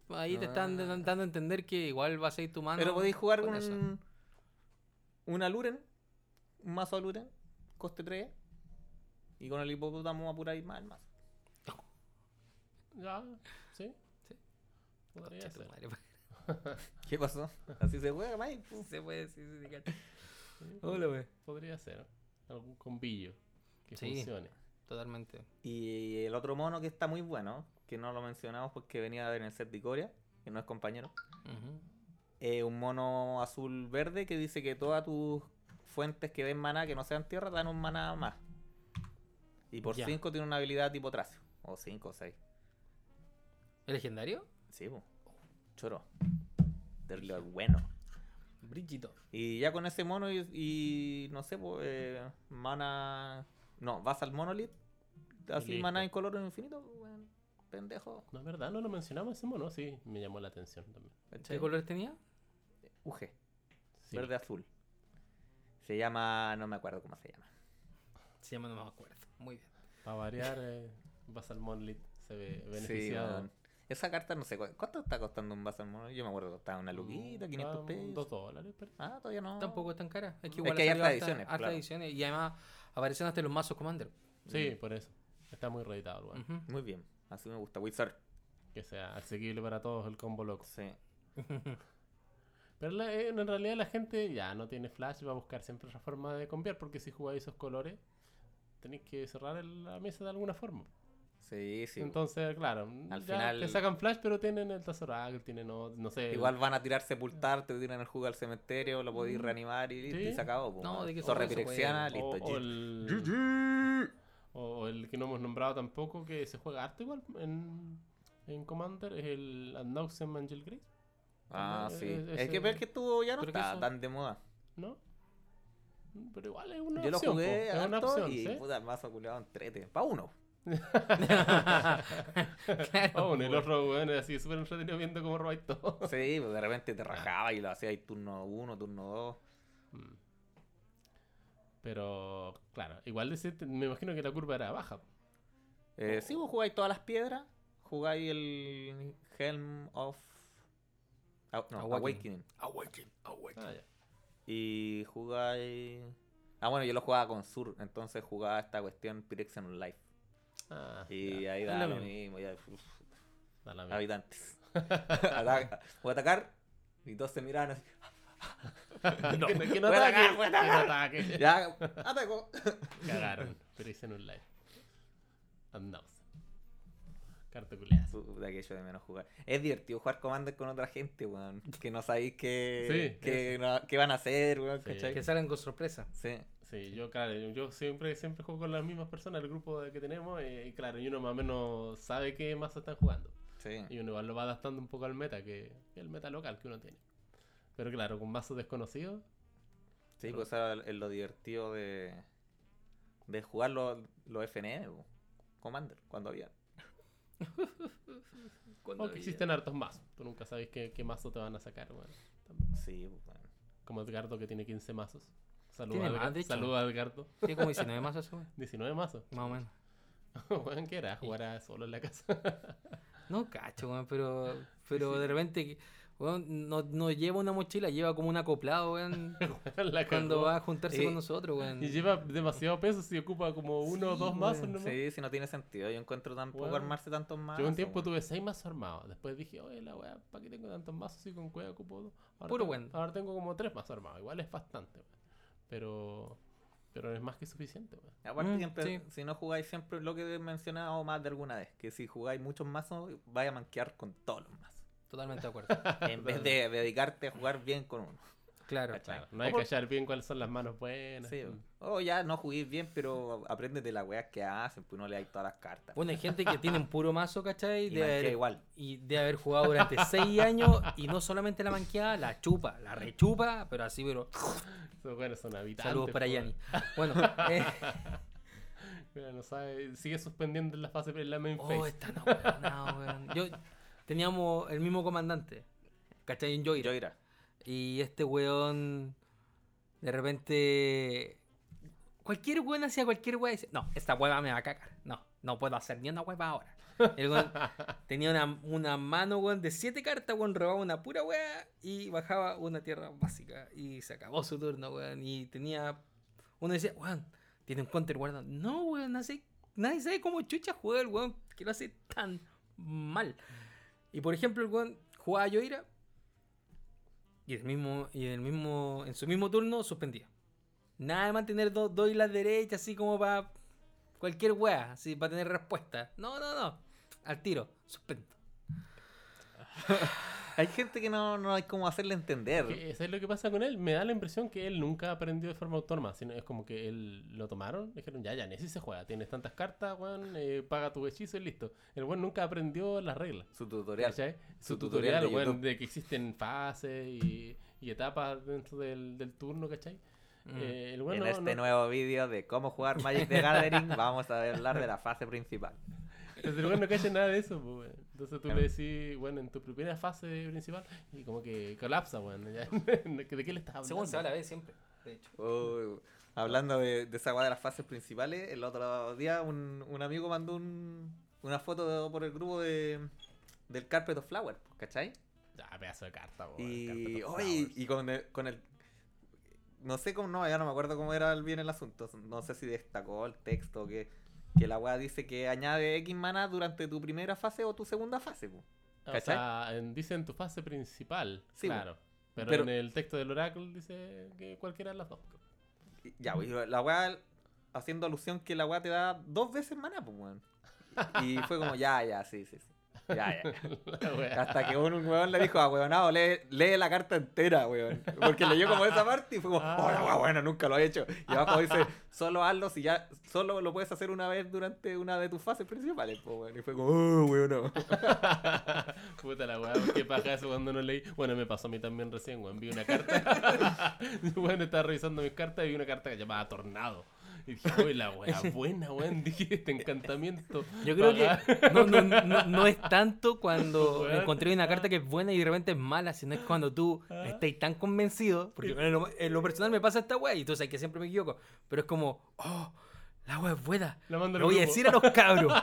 Ahí te están Ah. dan- dando a entender que igual vas a ir tu mano. Pero podéis jugar Ah, con eso. un. Una Luren. Un mazo Luren. Coste 3. Y con el hipopótamo apuráis más el mazo. Ya, sí. Sí. Podría Concha tu ser. madre, pues, ¿Qué pasó? Así se juega, Mike. po. Se puede, sí, sí, sí, cacho. Sí, Hola, wey. Mm, Podría ser. Algún combillo que Sí. funcione. Totalmente. Y el otro mono que está muy bueno, que no lo mencionamos porque venía en el set de Corea, que no es compañero, Ujú. es un mono azul verde que dice que todas tus fuentes que den maná que no sean tierra dan un maná más. Y por Ya. 5 tiene una habilidad tipo tracio, o 5 o 6. ¿El legendario? Sí, po. choro. Terrible bueno. Brigito. Y ya con ese mono y, y no sé, po, eh, mana... No, vas al monolith, así listo. maná incoloro infinito, weón, pendejo. No, es verdad, no lo mencionamos ese mono, sí. Me llamó la atención también. ¿Qué ¿cachai? colores tenía? UG. Sí. Verde azul. Se llama. No me acuerdo cómo se llama. Se llama, no me acuerdo. Muy bien. Para variar, eh, Basal Monlit se ve Sí, beneficiado. weón. Esa carta no sé cu- cuánto está costando un vaso al mono. Yo me acuerdo que costaba una Mm, luquita, 500 pesos. 2 dólares, pero- Ah, todavía no. Tampoco es tan cara. Es que, Es igual que hay ha salido hartas harta- ediciones, hartas claro. ediciones. Y además aparecen hasta los mazos Commander. Sí, por eso. Está muy reeditado, weón. Ujú. Muy bien. Así me gusta. Wizard. Mm. Que sea asequible para todos el combo loco. Sí. Pero la- eh, en realidad la gente ya no tiene flash, va a buscar siempre otra forma de cambiar, porque si jugáis esos colores, tenéis que cerrar el- la mesa de alguna forma. Sí, sí. Entonces, claro, Al ya final- te sacan flash, pero tienen el Tazorak, tienen, o- no sé, Igual van a tirar sepultar, te tiran el jugo al cementerio, lo podéis reanimar y listo, y Mm. Sí. se acabó. po, No, weón. de que Torre todo se puede. pirexiana, el- o, listo. o G. el, GG. o el que no hemos nombrado tampoco, que se juega harto igual en, en Commander, es el Adnoxium Angel Grace, Ah, Eh, sí. eh, Es que ese- ver que estuvo ya no Creo que está eso- tan de moda. ¿no? Pero igual es una Yo lo opción, po, jugué es una harto opción, y ¿sí? puta, el mazo culeado entrete. Pa' uno. claro. Oh, en el pues, otro, weón, es así súper entretenido viendo cómo robáis todo. Sí, pues de repente te rajaba y lo hacía ahí turno 1, turno 2. Mm. Pero, claro, igual de ese- me imagino que la curva era baja. Eh, Sí, vos jugáis todas las piedras, jugáis el Helm of Au- no, Awakening. Awakening. Awaken, awaken. Ah, ya. Y jugáis. Ah, bueno, yo lo jugaba con Sur, entonces jugaba esta cuestión Pirexian Life. Ah, Y ya. ahí Es da lo lo mismo, ya. uf, Da la misma. habitantes. Ataca- voy a atacar. Y todos se miran así. no, que no Fuera acá, ataque. fuera Que no ataque. Ya, ataco. Cagaron. Pero hice en un live. Andaos. Cartoculeas. Puta que yo de menos jugar. Es divertido jugar Commander con otra gente, weón. Que no sabéis qué, Sí, qué, no- qué van a hacer, weón, Sí. ¿cachai? Que salgan con sorpresa. Sí. Sí, yo, claro, yo- yo siempre, siempre juego con las mismas personas, el grupo que tenemos, eh, y claro, y uno más o menos sabe qué masa están jugando. Sí. Y uno igual lo va adaptando un poco al meta, que que el meta local que uno tiene. Pero claro, con mazos desconocidos, Sí, pues era el- el- lo divertido de, de jugar los, los FNM, po. Commander, cuando había. aunque Cuando había- existen hartos mazos. Tú nunca sabes qué, qué mazo te van a sacar, bueno. Sí, pues, weón. Como Edgardo que tiene 15 mazos. Tiene Saluda, más, de Edgardo. hecho. Saluda Edgardo. Tiene como 19 mazos, ese weón, 19 mazos. más o menos. Juan, ¿qué era? Jugar a solo en la casa. No cacho, weón, pero, pero de repente, que- weón, no, no lleva una mochila, lleva como un acoplado, weón, La cuando cagó. va a juntarse Eh, con nosotros, weón. Y lleva demasiado peso si ocupa como uno o Sí, dos mazos weón, nomás. Sí, si no tiene sentido. Yo encuentro tampoco Weón. armarse tantos más. Yo un tiempo tuve seis mazos armados. Después dije, oye, la weá, ¿para qué tengo tantos mazos si con cueva ocupo dos? Ahora tengo- Puro bueno. Ahora tengo como tres mazos armados. Igual es bastante, weón. Pero, pero es más que suficiente, weón. Aparte, Mm, siempre, sí. si no jugáis siempre lo que he mencionado más de alguna vez, que si jugáis muchos mazos, vais a manquear con todos los mazos. Totalmente de acuerdo. En vez de dedicarte a jugar bien con uno. Claro. ¿cachai? Claro, no hay O que por- hallar bien cuáles son las manos buenas. Sí, Mm. o ya no juguéis bien, pero apréndete las weas que hacen, pues no le dais todas las cartas. Bueno, hay gente que tiene un puro mazo, ¿cachai? y De manquea haber, igual. y de haber jugado durante 6 años y no solamente la manqueada, la chupa, la rechupa, pero así, pero... Esos weones son habitantes. Saludos para po, Yanni. Bueno, eh, weón. Mira, no sabe, sigue suspendiendo en la fase, en la main oh, phase. esta no, weón, no, weón. Yo teníamos el mismo comandante, ¿cachai? En Joyra. Yo irá. Y este weón, de repente, cualquier weón hacía cualquier weón y dice, no, esta hueva me va a cagar. No, no puedo hacer ni una hueva ahora. El weón tenía una, una mano, weón, de siete cartas, weón, robaba una pura weá y bajaba una tierra básica. Y se acabó su turno, weón. Y tenía, uno decía, weón, tiene un counter guardado. No, weón, no sé- nadie sabe cómo chucha juega el weón, que lo hace tan mal. Y por ejemplo, el weón jugaba a Yoira y, el mismo, y el mismo, en su mismo turno suspendía. Nada de mantener do- dos islas derechas, así como para cualquier wea, así para tener respuesta. No, no, no. Al tiro, suspendo. Hay gente que no, no hay cómo hacerle entender. Que eso es lo que pasa con él. Me da la impresión que él nunca aprendió de forma autónoma. Sino es como que él lo tomaron, le dijeron, ya, ya, Nessie se juega. Tienes tantas cartas, weón, eh, paga tu hechizo y listo. El weón nunca aprendió las reglas. Su tutorial. ¿cachai? Su Su tutorial tutorial, de weón, YouTube. de que existen fases y, y etapas dentro del, del turno, ¿cachai? Mm. Eh, el weón en no- este no- nuevo vídeo de cómo jugar Magic the Gathering, vamos a hablar de la fase principal. Entonces el weón no cacha nada de eso, pues, weón. Entonces tú Claro. le decís, bueno, en tu primera fase principal, y como que colapsa, weón. ya. ¿De qué le estás hablando? Según se habla, ve siempre. De hecho. Uy, Oh, hablando de, de esa weá de las fases principales, el otro día un, un amigo mandó un- una foto de- por el grupo de, del Carpet of Flower, pues, ¿cachai? Ya, pedazo de carta, weón. Y, Oh, Carpet of oye, Flowers. y con el, con el- No sé cómo, no, ya no me acuerdo cómo era el- bien el asunto. No sé si destacó el texto o que, que la weá dice que añade X maná durante tu primera fase o tu segunda fase, pues. O ¿Cachai? sea, en- dice en tu fase principal, Sí, claro. Pero, Pero- en el texto del oráculo dice que cualquiera de las dos. Ya, pues, y la weá haciendo alusión que la weá te da dos veces maná, pues, weón. Y fue como, ya, ya, sí, sí, sí. Ya, ya. La wea. Hasta que un un weón le dijo, ah, weonado, lee, lee la carta entera, weón. Porque leyó como esa parte y fue como, oh, la weá, bueno, nunca lo he hecho. Y abajo dice, solo hazlo si ya, solo lo puedes hacer una vez durante una de tus fases principales, pues, weón. Y fue como, oh, weón, no. Puta la weá, qué paja eso cuando no leí. Bueno, me pasó a mí también recién, weón. Vi una carta. bueno, estaba revisando mis cartas y vi una carta que llamaba Tornado. Y dije, uy, la weá, buena, weón. Dije, este encantamiento. Yo creo paga". que no, no- no- no es tanto cuando Weón. encontré una carta que es buena y de repente es mala, sino es cuando tú Ah. estés tan convencido, porque en lo, en lo personal me pasa esta wea y tú sabes que siempre me equivoco, pero es como, oh, la wea es buena, La mando al lo voy a grupo. decir a los cabros.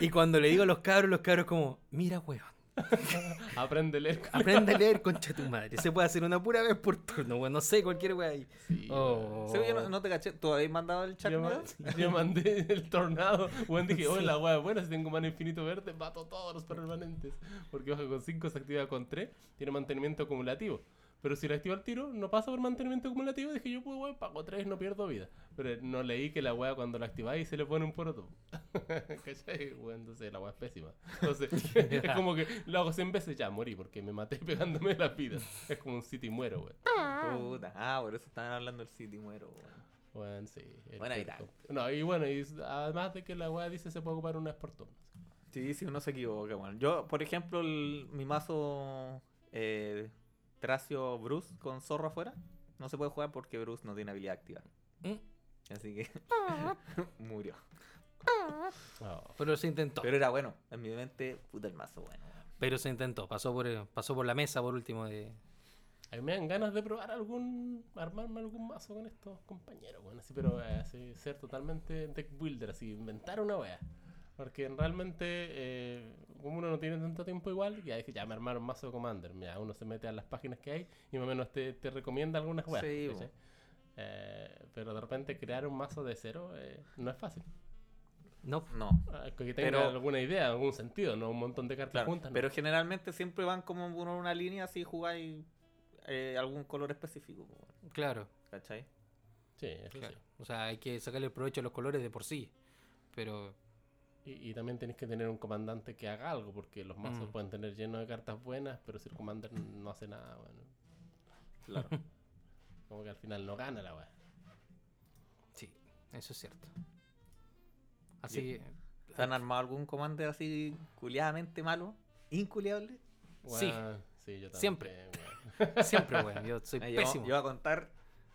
y cuando le digo a los cabros, los cabros como, mira weón, Aprende a leer. aprende a leer concha tu madre, se puede hacer una pura vez por turno, weón, no sé, cualquier wea ahí. Sí, weón. Oh. Según yo no, no te caché, ¿tú habéis mandado el chat, Yo, ma- weón? yo mandé el tornado. Weón, dije, oye, la weá, bueno, si tengo mana infinito verde, mato todos los permanentes. Porque baja con 5, se activa con 3, tiene mantenimiento acumulativo. Pero si la activo al tiro, no pasa por mantenimiento acumulativo. Dije yo, pues, weón, pago 3, no pierdo vida. Pero no leí que la weá cuando la activáis se le pone un poroto. ¿Cachai? Weón, entonces la weá es pésima. Entonces, es como que lo hago 100 veces, ya morí porque me maté pegándome las vidas. Es como un City muero, weón. Puta. Ah, por eso estaban hablando del City Muero, weón. Weón, sí. el Buena terco. idea. No, y bueno, y s- además de que la weá dice se puede ocupar una vez por turno. Sí, si uno se equivoca, weón. Yo, por ejemplo, el- mi mazo eh, Tracio Bruce con zorro afuera no se puede jugar porque Bruce no tiene habilidad activa. Mm. Así que murió. Oh, Pero se intentó. Pero, Pero era bueno. En mi mente, puta el mazo, bueno. se intentó. Pasó por, pasó por la mesa por último. De... a mí me dan ganas de probar algún. armarme algún mazo con estos compañeros, weón. Así, pero eh, así, ser totalmente deck builder, así, inventar una weá. Porque realmente, eh, como uno no tiene tanto tiempo igual, ya dije, ya me armaron mazo de Commander. Mira, uno se mete a las páginas que hay y más o menos te, te recomienda algunas weas. Sí, ¿cachai? Eh, pero de repente crear un mazo de cero eh, no es fácil. No. No. Ah, Que tenga Pero- alguna idea, algún sentido, no un montón de cartas Claro, juntas. ¿no? pero generalmente siempre van como por una línea si jugáis eh, algún color específico, po, weón. Claro, ¿cachai? Sí, eso claro. O sea, hay que sacarle provecho a los colores de por sí. Pero sí. Y, y también tenés que tener un comandante que haga algo, porque los mazos Mm. pueden tener lleno de cartas buenas, pero si el commander no hace nada, bueno, Claro. como que al final no gana la weá. sí, eso es cierto. Así Bien. que ¿Se han armado algún commander así culiadamente malo? ¿Inculiable? Sí. Weá, sí, yo también, Siempre. weá. siempre, weón. Yo soy Ah, yo- pésimo. Yo, voy a contar.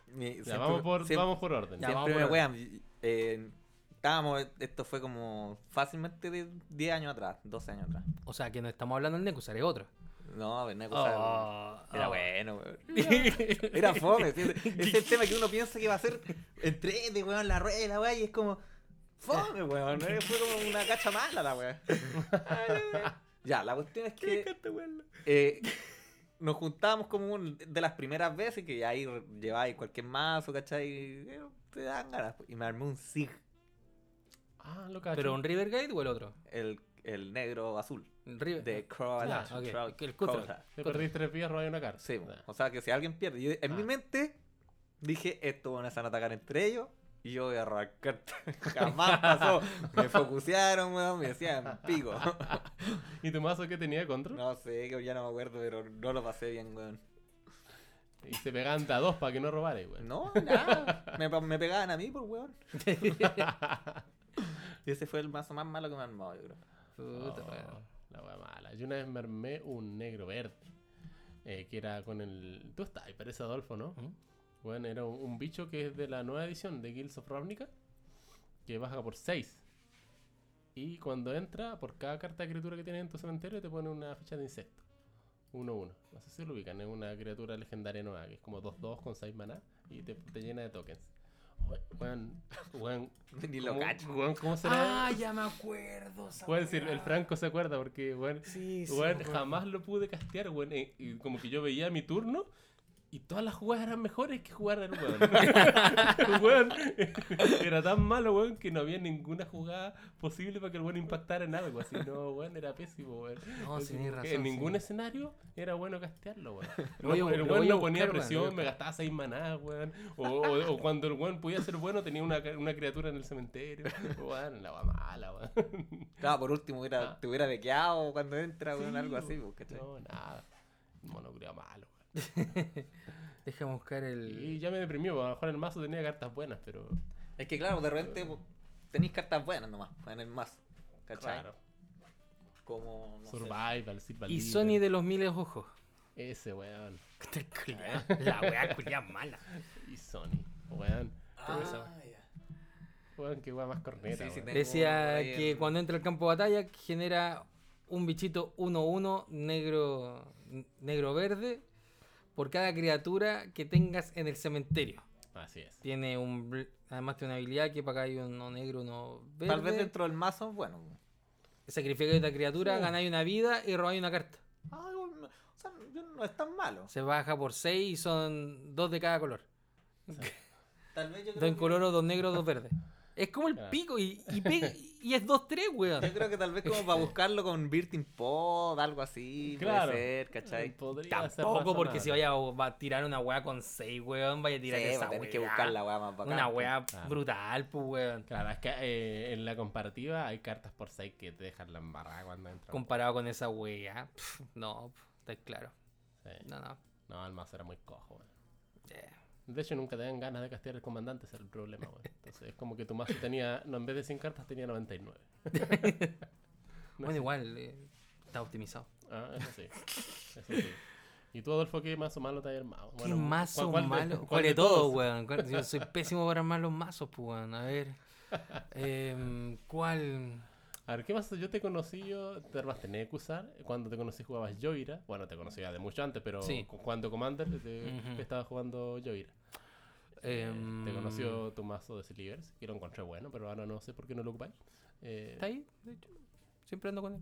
mi- Ya, siempre- vamos, por, siempre- vamos por orden. Ya, siempre vamos por me orden. wean. Y- eh, estábamos, esto fue como fácilmente de 10 años atrás, 12 años atrás. O sea, que no estamos hablando del Necusar, es otro. No, pero no es cosa- Ah, Era ah. bueno, weón. Era fome. sí, ese- ese Es el tema que uno piensa que va a ser entre de weón, la rueda, y la weá, y es como. Fome, weón. eh, Fue como una cacha mala la weá. ya, la cuestión es que. eh, nos juntábamos como un- de las primeras veces que ahí re- lleváis cualquier mazo, ¿cachai? Eh, te dan ganas. pues, Y me armé un Zig, Ah, lo cacho. ¿Pero un Rivergate o el otro? el, el negro azul, El River... de Croatia. Ah, ok, que el Cutthroat. Te perdís tres vías, robáis una carta. Sí, bo. Ah. o sea que si alguien pierde, yo- en mi Ah. mente dije, estos van a atacar entre ellos y yo voy a arrancar. Jamás pasó. Me focusearon, weón, me decían pico. ¿Y tu mazo que tenía contra? No sé, que ya no me acuerdo, pero no lo pasé bien, weón. Y se pegaban de a dos para que no robarais, weón. No, nada. Me, pa- me pegaban a mí por weón. Y ese fue el mazo más malo que me han armado, yo creo. Puta, Oh, weón. La wea mala. Yo una vez me armé un negro verde. eh, que era con el. Tú estás, ahí, parece Adolfo, ¿no? ¿Mm? Bueno, era un, un bicho que es de la nueva edición de Guilds of Ravnica. Que baja por 6. Y cuando entra, por cada carta de criatura que tiene en tu cementerio, te pone una ficha de insecto. 1-1. No sé si lo ubican. Es una criatura legendaria nueva. Que es como 2-2 con 6 maná. Y te, te llena de tokens. Weón, weón. Ni lo ¿cómo- cacho. weón, ¿Cómo será? Ah, ya me acuerdo. esa Weón, si el, el weá. Franco se acuerda porque, weón, Sí, sí, weón, me acuerdo. jamás lo pude castear, weón. eh, Y, como que yo veía mi turno y todas las jugadas eran mejores que jugar el weón. Weón, era tan malo, weón, que no había ninguna jugada posible para que el weón impactara en algo. Así, no, weón, era pésimo, weón. No, sí, Así, tenés que razón. En ningún sí. escenario era bueno castearlo, weón. Lo voy a- No, el lo weón voy a no ponía buscar, weón, lo voy presión, a me gastaba seis manás, weón. O, o- o cuando el weón podía ser bueno, tenía una, ca- una criatura en el cementerio. Weón, la va mala, weón. Claro, por último hubiera- Ah. te hubiera bequeado cuando entra, weón, Sí, algo así, bo. bo, ¿cachai? No, nada. Monocuria malo. weón. Déjame buscar Y el. ya me deprimió, porque a lo mejor el mazo tenía cartas buenas, pero. Es que claro, de repente bo, tenéis cartas buenas nomás en el mazo, ¿cachai? Claro. Como, no sé, Survival, Silva Y Sony de los miles ojos. Ese weón. La weá culiá mala. Y Sony. Weón. Ah, ya. Weón, qué weón más corneta. Sí, sí, Tengo weón. uno por Decía ahí que en- cuando entra al campo de batalla genera un bichito 1-1 negro negro verde por cada criatura que tengas en el cementerio. Así es. Tiene un bl- además tiene una habilidad que para acá hay uno negro, uno verde. Tal vez dentro del mazo, bueno. bo. Sacrificáis esta criatura, Sí. ganáis una vida y robáis una carta. Ah, yo no- o sea, yo no es tan malo. Se baja por 6 y son dos de cada color. Tal vez yo Dos creo en que- color, dos negros, dos verdes. Es como el Claro. pico y, y pega, y y es 2-3, weón. Yo creo que tal vez como para buscarlo con Virtin Pod, algo así, Claro. puede ser, ¿cachai? Podría ser Tampoco porque razonable. si vaya a- va a tirar una weá con 6, weón, vaya a tirar Sí, va esa a tener weá. pues, que buscar la weá más bacán. Una pues. weá Claro. brutal, pues, weón. Claro, es que eh, en la comparativa hay cartas por 6 que te dejan la embarrada cuando entran. Comparado con esa weá, pf, no, pf, está claro. Sí. No, no. No, el mazo era muy cojo, weón. Yeah. De hecho, nunca te dan ganas de castear el comandante, ese era el problema, weón. Entonces, es como que tu mazo tenía, no, en vez de 100 cartas, tenía 99. Bueno, igual, eh, está optimizado. Ah, eso sí. Eso sí. ¿Y tú, Adolfo, qué mazo malo te hay armado? ¿Qué Bueno, mazo de- malo? ¿Cuál de todos, weón? ¿Cuál- Yo soy pésimo para armar los mazos, pues, weón. A ver. Em, ¿Cuál? A ver, ¿qué mazo? Yo te conocí, yo te armaste Nekusar. Cuando te conocí jugabas Joira. Bueno, te conocía de mucho antes, pero Sí. cu- cuando Commander te, Ujú. estaba jugando Joira. Eh, Em, te conoció tu mazo de Slivers, que lo encontré bueno, pero ahora no sé por qué no lo ocupáis. Eh, Está ahí, de hecho. Siempre ando con él.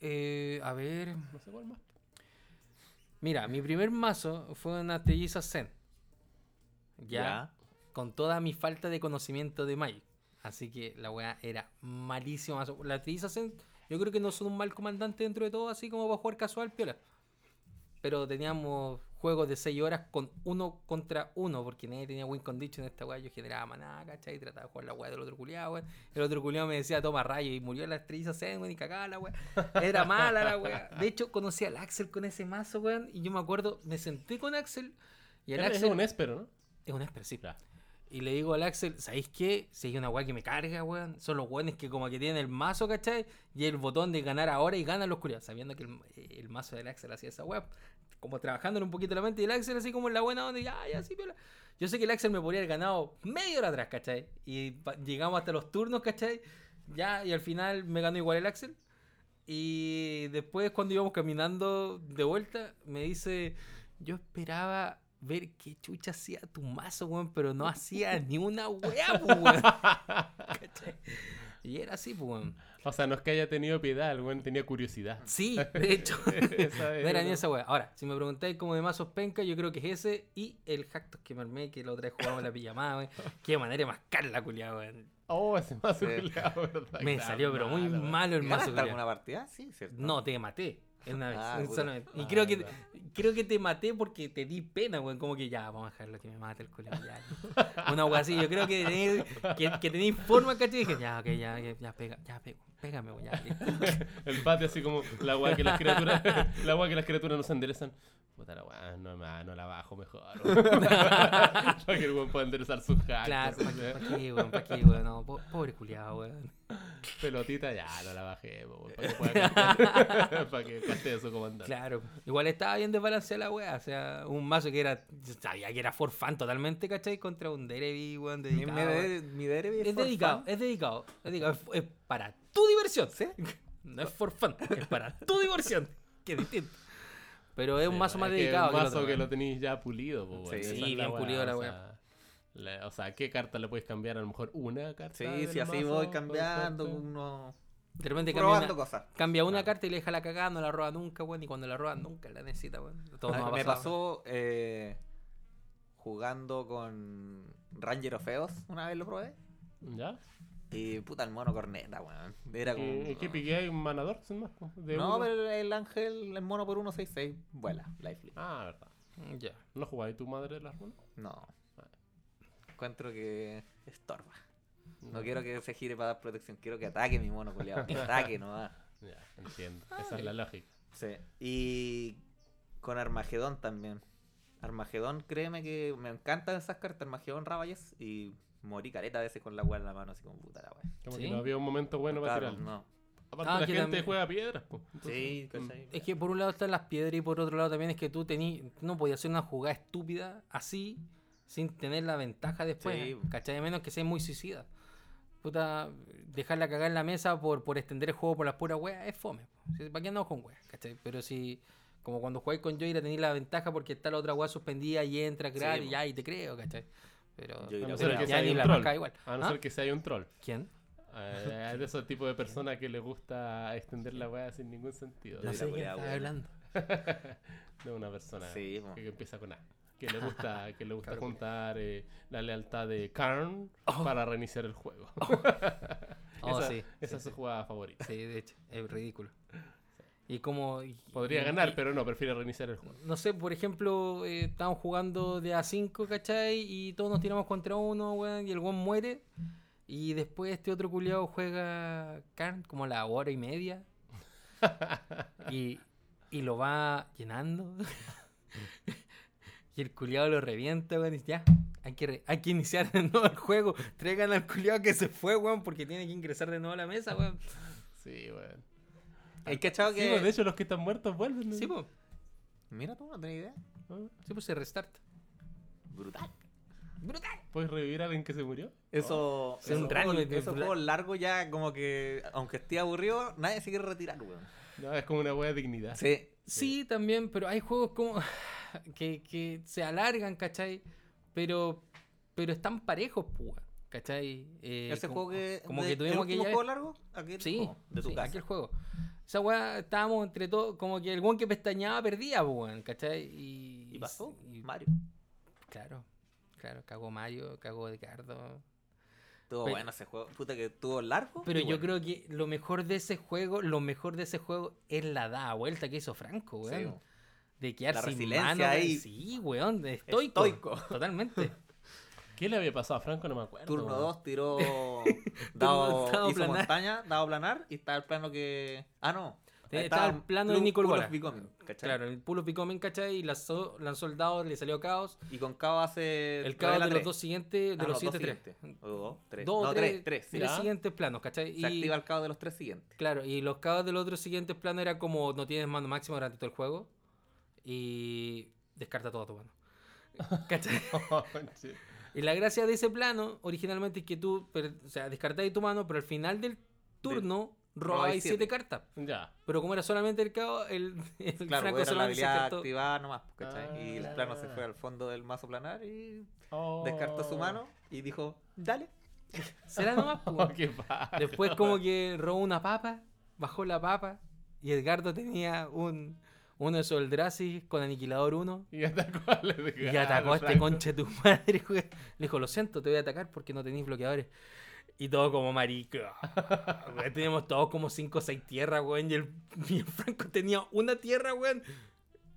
Eh, a ver. no sé cuál más. Mira, mi primer mazo fue una Telliza Zen. pues. Ya, Con toda mi falta de conocimiento de Magic. Así que la weá era malísima. La Telliza Zen, yo creo que no son un mal comandante dentro de todo, así como para jugar casual, piola. Pero teníamos juegos de 6 horas con uno contra uno, porque nadie tenía win condition en esta weá. Yo generaba maná, ¿cachai? Trataba de jugar la weá del otro culiado, weón. El otro culiado me decía, toma rayo, y murió la Telliza Zen, weón, y cagaba la weá. Era mala la weá. De hecho, conocí al Axel con ese mazo, weón. Y yo me acuerdo, me senté con Axel. Y el Es- Es Axel un espero, ¿no? es un Esper, sí. Claro. Y le digo al Axel, ¿sabéis qué? Si hay una weá que me carga, weón. Son los weones que como que tienen el mazo, ¿cachai? Y el botón de ganar ahora y ganan los curiosos. Sabiendo que el, el mazo del Axel hacía esa weá. Como trabajándole un poquito la mente. Y el Axel así como en la buena onda. Y ya, ya, sí, piola. Yo sé que el Axel me podría haber ganado media hora atrás, ¿cachai? Y pa- llegamos hasta los turnos, ¿cachai? Ya, y al final me ganó igual el Axel. Y después cuando íbamos caminando de vuelta, me dice, yo esperaba ver qué chucha hacía tu mazo, weón, pero no hacía ni una weá, pues, weón. ¿Cachai? Y era así, pues, weón. O sea, no es que haya tenido piedad, el weón tenía curiosidad. Sí, de hecho. Esa es No era ni una- esa weá. Ahora, si me preguntáis como de mazos penca, yo creo que es ese y el Hactos que me armé, que la otra vez jugamos la pijamada, weón. Qué manera de mascarla, culiado, weón. Oh, ese Sí. mazo, culiao, verdad. Me Está salió, pero muy malo, weón. malo el mazo, ¿Ganaste culiao. alguna partida? Sí, ¿cierto? No, te maté. En una vez. Ah, en puta. solamente. Y Ah, creo que, verdad. creo que te maté porque te di pena, weón. Como que ya, vamos a dejarlo que me mate el colega. ya. Una weá así. Yo creo que tenéis que, que tenéis forma, ¿cachai? Y dije, ya, ok, ya, ya, ya, pega, ya, pego, pégame, weón. ya, listo. El patio así como la weá que las criaturas, la weá que las criaturas no se enderezan. Puta la weá, no, ma- no la bajo mejor. Para que el weón pueda enderezar sus hacks. Claro, así, pa' qué, ¿eh? pa' qué, weón, pa' qué, weón. No, po- pobre culiado, weón. Pelotita, ya, no la bajé, para que pueda castear. Para que castee su comandante. Claro. Igual estaba bien desbalanceada la weá. O sea, un mazo que era. yo Sabía que era for fan totalmente, ¿cachai? Contra un Derevi, weón. Mi, Dedicado, mi, weón. dere- mi derby Es for dedicado, fun. es dedicado, es dedicado. Es, es para tu diversión. ¿Sí? No es for fun, es para tu diversión. Que es distinto. Pero es un Sí, mazo es más que es dedicado. Un que el mazo otro, que weón. lo tenéis ya pulido, po, Sí, esa es bien weá, pulido la o weá. sea, la- o sea, ¿qué carta le puedes cambiar? A lo mejor una carta. Sí, del sí, así mazo, voy con cambiando, suerte. uno... De repente cambia probando una, cosas. cambia una Claro. carta y le deja la cagada, no la roba nunca, weón. Y cuando la roba nunca la necesita, weón. Todo Ah, nos ha me pasado. pasó eh, jugando con Ranger of Eos, una vez lo probé. ¿Ya? Y puta, el mono corneta, weón. Era como. ¿Y Eh, qué piqué? ¿Hay un manador? Sin más, po, de No, uno. pero el ángel, el mono por 166, vuela, lifelink. Ah, verdad. Ya. ¿No jugáis tu madre de las runas? No. Encuentro que estorba. No quiero que se gire para dar protección, quiero que ataque mi mono, culiado. Que ataque nomás. Ya, entiendo. Esa es la lógica. Sí. Y con Armagedón también. Armagedón, créeme que me encantan esas cartas. Armagedón, Rabayes. Y morí careta a veces con la weá en la mano, así como puta la weá. Como Sí. que no había un momento bueno Claro, para tirar. no. Aparte, Ah, la que gente también- juega piedras. po. mm, Sí, ¿cachai? Es que por un lado están las piedras y por otro lado también es que tú tení, no podías hacer una jugada estúpida así sin tener la ventaja después. Sí. ¿Cachai? A menos que seas muy suicida. Puta, dejarla cagar en la mesa por, por extender el juego por las puras weas es fome. ¿Para qué andamos con weas? ¿Cachai? Pero si, como cuando jugáis con Joyra tenéis la ventaja porque está la otra wea suspendida y entra gratis po. y ya, y te creo, ¿cachai? Pero Joyra, A no Pero ser ya que ni sea un la troll. marca igual. A no ¿Ah? ser que sea un troll. ¿Quién? Eh, Es de esos tipos de personas que les gusta extender la weá sin ningún sentido. No Joyra, sé de quién culiao, estás weón. hablando. De una persona Sí, po. que empieza con A. Que le gusta, que le gusta Cabrón. juntar eh, la lealtad de Karn para reiniciar el juego. Oh, esa sí, esa sí, es su jugada favorita. Sí, de hecho, es ridículo. Y como. y- Podría y- ganar, y- pero no, prefiere reiniciar el juego. No sé, por ejemplo, eh, estábamos jugando de A5, ¿cachai? Y todos nos tiramos contra uno, weón, y el weón muere. Y después este otro culiado juega Karn como a la hora y media. y, y lo va llenando. y el culiado lo revienta, weón, y ya. Hay que, re- hay que iniciar de nuevo el juego. Traigan al culiado que se fue, weón, porque tiene que ingresar de nuevo a la mesa, weón. Sí, weón. Hay cachado Sí, pues, de que. hecho, los que están muertos vuelven. ¿no? Sí, pues. Mira tú, no tenía idea. ¿Ah? Sí, pues se restarta. Brutal. ¡Brutal! ¿Puedes revivir a alguien que se murió? Oh, Eso, Es Oh, un esos rango juegos- de- esos juegos largos ya como que, aunque esté aburrido, nadie se quiere retirar, weón. No, es como una wea de dignidad. Sí. Sí, también, pero hay juegos como que, que se alargan, ¿cachai? Pero, pero están parejos, púa, ¿cachai? Eh, Ese como- juego que... Como de- que ¿El tuvimos último aquella vez. juego largo? Aquel Sí, juego de tu sí, casa. aquel juego. Esa weá, estábamos entre todos, como que el weón que pestañaba perdía, weón, ¿cachai? Y, ¿Y pasó? y- Mario. claro, claro, cagó Mario, cagó Edgardo. Estuvo Pero- bueno ese juego. Puta que estuvo largo. Pero y yo bueno. creo que lo mejor de ese juego, lo mejor de ese juego es la da vuelta que hizo Franco, Sí, weón. weón. De quedar La sin resiliencia mano, weón. ahí. Sí, weón, de estoico. Estoico. Totalmente. ¿Qué le había pasado a Franco? No me acuerdo. Turno weón. 2 tiró. dado, dado hizo planar. montaña, dado planar. Y está el plano que. Ah, no. Sí, Ahí estaba el plano de Blue Nicol Pool of Bora. Becoming, ¿cachai? Claro, el pulo picó men, ¿cachai? Y lanzó, lanzó el dado, le salió caos. Y con Cava hace. El caos de revela los Eh, tres. dos siguientes, Ah, de no, los dos siete, tres. siguientes. O dos, tres. Dos, no, tres, tres, tres. tres ya. siguientes planos, ¿cachai? Se activa el caos de los tres siguientes. Claro, y los caos de los otros siguientes planos era como no tienes mano máxima durante todo el juego y descarta todo tu mano. ¿Cachai? Sí. y la gracia de ese plano originalmente es que tú, per- o sea, descartáis tu mano, pero al final del turno robáis robáis siete. siete. cartas. Ya. Pero como era solamente el caos, el, el Claro, Franco pues era la solamente habilidad descartó- activada nomás, pues, ¿cachai? y el plano se Ah. fue al fondo del mazo planar y Oh. descartó su mano y dijo, dale. ¿Será nomás? po, Oh, weón? qué paja. Después como que robó una papa, bajó la papa y Edgardo tenía un uno de esos Eldrazi con aniquilador 1 Y atacó a y atacó a este conche tu madre. güey. Le dijo, lo siento, te voy a atacar porque no tenéis bloqueadores. Y todo como marica. Güey, Teníamos todos como 5 o 6 tierras, weón. Y el, y el Franco tenía una tierra, weón.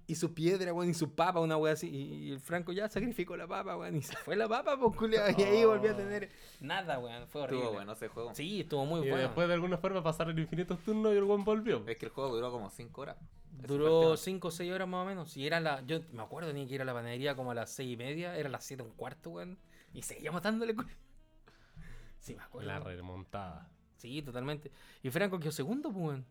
Y su piedra, weón, y su papa, una weón así. Y, y el Franco ya sacrificó la papa, weón. Y se fue la papa, pues, culiao, Y ahí volvió a tener nada, weón. Fue horrible. Oh. Estuvo bueno ese juego. Sí, estuvo muy Y bueno. después de alguna forma pasaron infinitos turnos y el one volvió. Es que el juego duró como 5 horas. Ese fue el Duró tema. 5 o 6 horas más o menos. Y era la. Yo me acuerdo, tenía que ir a la panadería como a las 6 y media. Era las 7 un cuarto, weón. Y seguíamos dándole. cu- Sí, me acuerdo. La remontada. Sí, totalmente. Y Franco quedó segundo, pues, weón.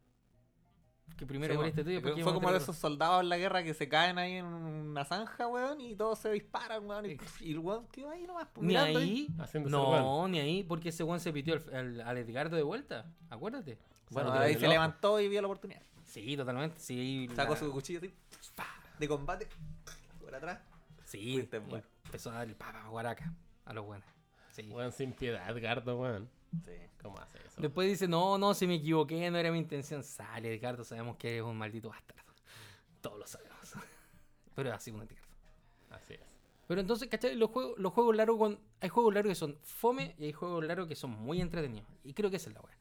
Que primero Sí, moriste tú y weón. Eh, después Fue quedamos como de tercero. esos soldados en la guerra que se caen ahí en una zanja, weón, y todos se disparan, weón, y, y el weón quedó ahí nomás, pues, Ni mirando ahí. Haciéndose el No, ni ahí, porque ese weón se pitió al, al- al Edgardo de vuelta. Acuérdate. Bueno, O sea, no ahí tiene se reloj. levantó y vio la oportunidad. Sí, totalmente. Sí, Sacó la- su cuchillo así, ¡pa! de combate, por atrás. Sí, Fuiste pues. bueno. empezó a dar el papa guaraca a los buenos. Sí. Weón sin piedad, Gardo, weón. Sí. ¿Cómo hace eso? Después dice, no, no, si me equivoqué, no era mi intención. Sale, Edgardo, sabemos que eres un maldito bastardo. Todos lo sabemos. Pero es así un Edgardo. Así es. Pero entonces, ¿cachai? Los juegos, los juegos largos con. Hay juegos largos que son fome y hay juegos largos que son muy entretenidos. Y creo que esa es la weá.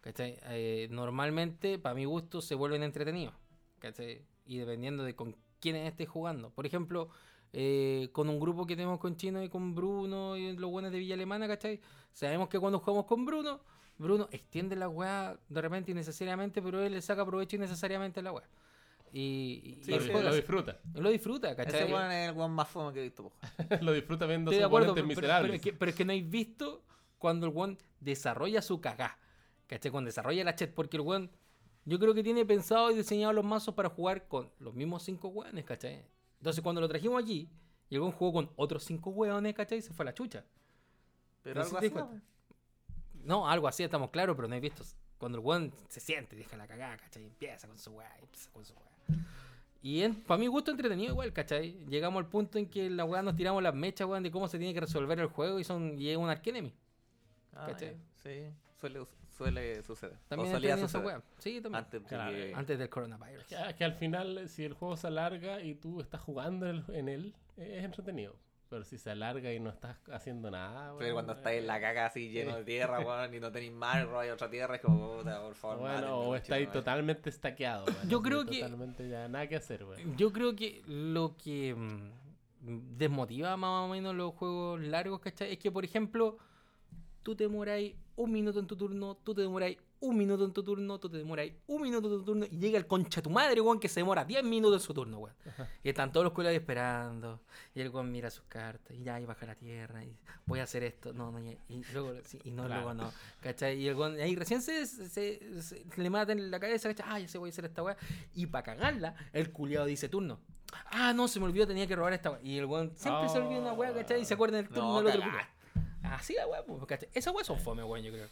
¿Cachai? Eh, normalmente, para mi gusto, se vuelven entretenidos. ¿Cachai? Y dependiendo de con quiénes estés jugando. Por ejemplo, eh, con un grupo que tenemos con Chino y con Bruno y los buenos de Villa Alemana, ¿cachai? Sabemos que cuando jugamos con Bruno, Bruno extiende la weá de repente innecesariamente, pero él le saca provecho innecesariamente a la weá. Y, y- Sí, y lo, él sí, juega lo así. disfruta. Él lo disfruta, ¿cachai? Ese weón es el weón más fome que he visto, po. lo disfruta viendo Estoy de sus acuerdo, oponentes pero, pero- pero miserables. es que, pero es que no habéis visto cuando el one desarrolla su cagá. ¿Cachai? Cuando desarrolla la chat, porque el one yo creo que tiene pensado y diseñado los mazos para jugar con los mismos cinco weones, ¿cachai? Entonces cuando lo trajimos aquí, y el one jugó con otros cinco weones, ¿cachai? Y se fue a la chucha. Pero No sé algo si así, te weón. No, algo así, estamos claros, pero no habéis visto. Cuando el one se siente, y deja la cagá, ¿cachai? Empieza con su weá, empieza con su weá. Y para mi gusto entretenido igual, ¿cachai? Llegamos al punto en que la weá nos tiramos las mechas, weón, de cómo se tiene que resolver el juego y son y es un arquenemy. Ah, ¿Cachai? ya. Sí, suele, suele suceder. También o solía entretenido esa suceder. weá. Sí, también. Antes de Claro. que- Antes del coronavirus. Que- que al final, si el juego se alarga y tú estás jugando en el- en él, es entretenido. Pero si se alarga y no estás haciendo nada, Pero weón, eh, cuando estáis en la caca así lleno de tierra, weón, y no tenéis mar, y otra tierra, es como, puta, por favor. Bueno, mátenme, o conchetumare. estáis totalmente estaqueado. weón, Yo así, creo que- Totalmente ya nada que hacer, weón. Yo creo que lo que mm, desmotiva más o menos los juegos largos, ¿cachai? Es que, por ejemplo, tú te demoráis un minuto en tu turno, tú te demoráis un minuto en tu turno, tú te demoráis un minuto en tu turno, y llega el concha de tu madre, weón, que se demora 10 minutos en su turno, weón. Y están todos los cuelas esperando, y el weón mira sus cartas, y ya, y baja la tierra, y voy a hacer esto, no, no, y, y luego, sí, y no, Claro. luego no, ¿cachai? Y el weón, ahí recién se, se- se- se- le matan en la cabeza, ¿cachai? Ah, ya sé, voy a hacer esta weá. Y para cagarla, el culiado dice turno. Ah, no, se me olvidó, tenía que robar esta weá. Y el weón siempre se olvida una weá, ¿cachai? Y se acuerda del turno No, del otro cagaste. culiao. Así la weá, pues, ¿cachai? Esa weá son fome, weón, yo creo.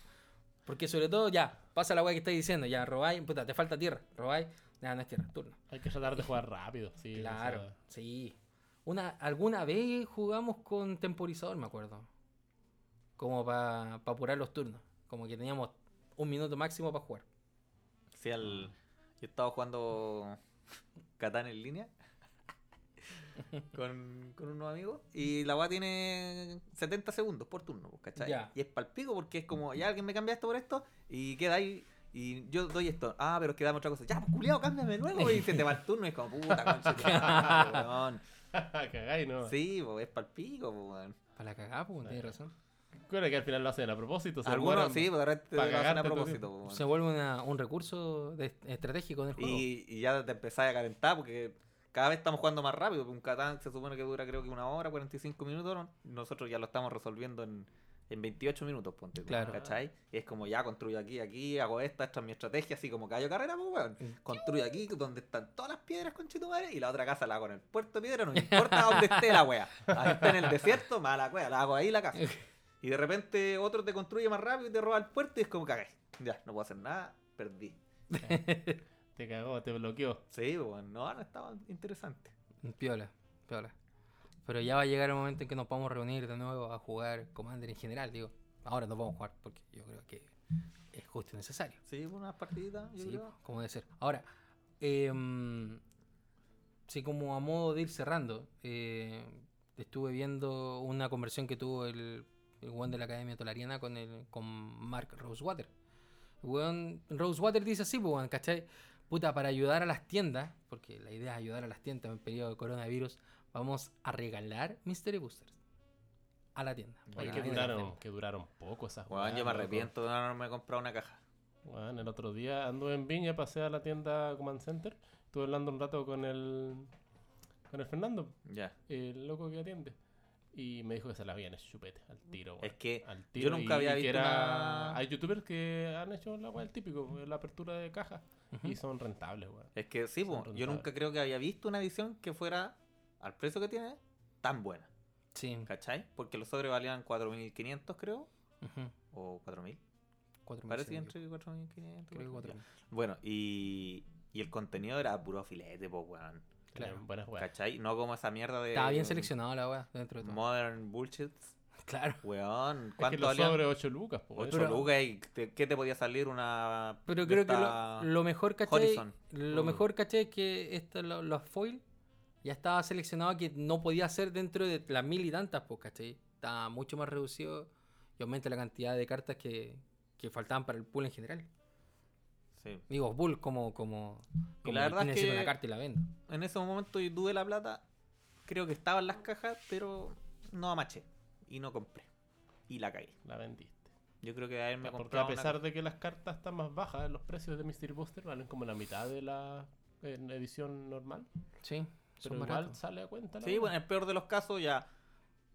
Porque sobre todo, ya, pasa la weá que estáis diciendo, ya, robáis, puta, te falta tierra, robáis, nada, no es tierra, turno. Hay que tratar de jugar rápido, sí. o claro, sea, sí. Una, alguna vez jugamos con temporizador, me acuerdo. Como para apurar los turnos. Como que teníamos un minuto máximo para jugar. Sí, al... Ah. Yo estaba jugando Catán en línea con, con unos amigos y la weá tiene 70 segundos por turno, pues, ¿cachai? Ya. Y es palpico porque es como, ya alguien me cambia esto por esto y queda ahí y yo doy esto. Ah, pero es que dame otra cosa. Ya, pues culiao, cámbiame de nuevo y se te va el turno y es como, puta, concha, tu madre, weón. Cagáis, ¿no? Sí. Sí, pues es palpico, pues, weón. Para la cagada, pues, tienes razón. que al final lo hacen a propósito. se Algunos demoran- sí, pero ahora te pa' lo hacen a cagarte tú propósito, mismo. pues, weón. Se vuelve una- un recurso de- estratégico del juego. Y, y ya te empezás a calentar porque cada vez estamos jugando más rápido. porque Un Catán se supone que dura creo que una hora, 45 minutos. ¿no? Nosotros ya lo estamos resolviendo en, en 28 minutos, ponte. tú, Claro. ¿Cachai? Y es como ya construyo aquí, aquí, hago esta, esta es mi estrategia, así como callo carrera, pues weón. Construyo aquí donde están todas las piedras con madre y la otra casa la hago en el puerto de piedra, no importa dónde esté la wea. Ahí está en el desierto, mala wea, la hago ahí la casa. Y de repente otro te construye más rápido y te roba el puerto y es como cagáis. Ya, no puedo hacer nada, perdí. Te cagó, te bloqueó. Sí, bueno, no, no estaba interesante. Piola, piola. Pero ya va a llegar el momento en que nos podamos reunir de nuevo a jugar Commander en general, digo. Ahora nos vamos a jugar porque yo creo que es justo y necesario. Sí, fue unas partiditas, yo Sí, creo. po, como debe ser. Ahora, em, sí, como a modo de ir cerrando, eh, estuve viendo una conversión que tuvo el, el weón de la Academia Tolariana con, el, con Mark Rosewater. Weón, Rosewater dice así, pues, weón, ¿cachai? Puta, para ayudar a las tiendas, porque la idea es ayudar a las tiendas en periodo de coronavirus, vamos a regalar Mystery Boosters a la tienda. Oye, Para Oye, la que tienda de las duraron, tiendas. que duraron poco esas Bueno, weas, yo me loco. arrepiento de no haberme comprado una caja. Bueno, el otro día anduve en Viña, pasé a la tienda Command Center. Estuve hablando un rato con el, con el Fernando, Ya. el loco que atiende. Y me dijo que se las habían hecho chupete al tiro. weón. Es que Al yo tiro, nunca y había que visto una- Hay youtubers que han hecho la weá, el típico, la apertura de caja. Y son rentables, weón. es que sí, Son po, yo rentables. nunca creo que había visto una edición que fuera al precio que tiene tan buena. Sí, ¿Cachai? Porque los sobres valían 4.500 creo, ujú, o 4.000. 4.000, Parece sí, que yo entre 4.500. creo que 4.000. 4.000. Bueno, y, y el contenido era puro filete, po, weón. Claro. Tenían Buenas weas. ¿Cachai? No como esa mierda de... Estaba bien seleccionado la weá dentro de todo. Modern bullshit. Claro. Weón, Es que ¿cuánto los valían? sobre 8 lucas, po, weón. 8 Pero- lucas y te- ¿qué te podía salir una Pero de creo que esta- lo, lo mejor, caché, Horizon. lo Mm. mejor, caché, es que esto, lo- los foil ya estaba seleccionado que no podía ser dentro de las mil y tantas, pues, caché. Estaba mucho más reducido y aumenta la cantidad de cartas que, que faltaban para el pool en general. Sí. Digo, pool como, como, Y como la verdad es necesito que- una carta y la vendo. En ese momento yo tuve la plata, creo que estaba en las cajas, pero no amaché y no compré y la caí. La vendiste. Yo creo que de haberme Porque comprado a una pesar de que las cartas están más bajas, los precios de Mystery Booster valen como la mitad de la eh, edición normal. Sí, Pero son igual baratos. sale a cuenta. la Sí, wea. bueno, en el peor de los casos ya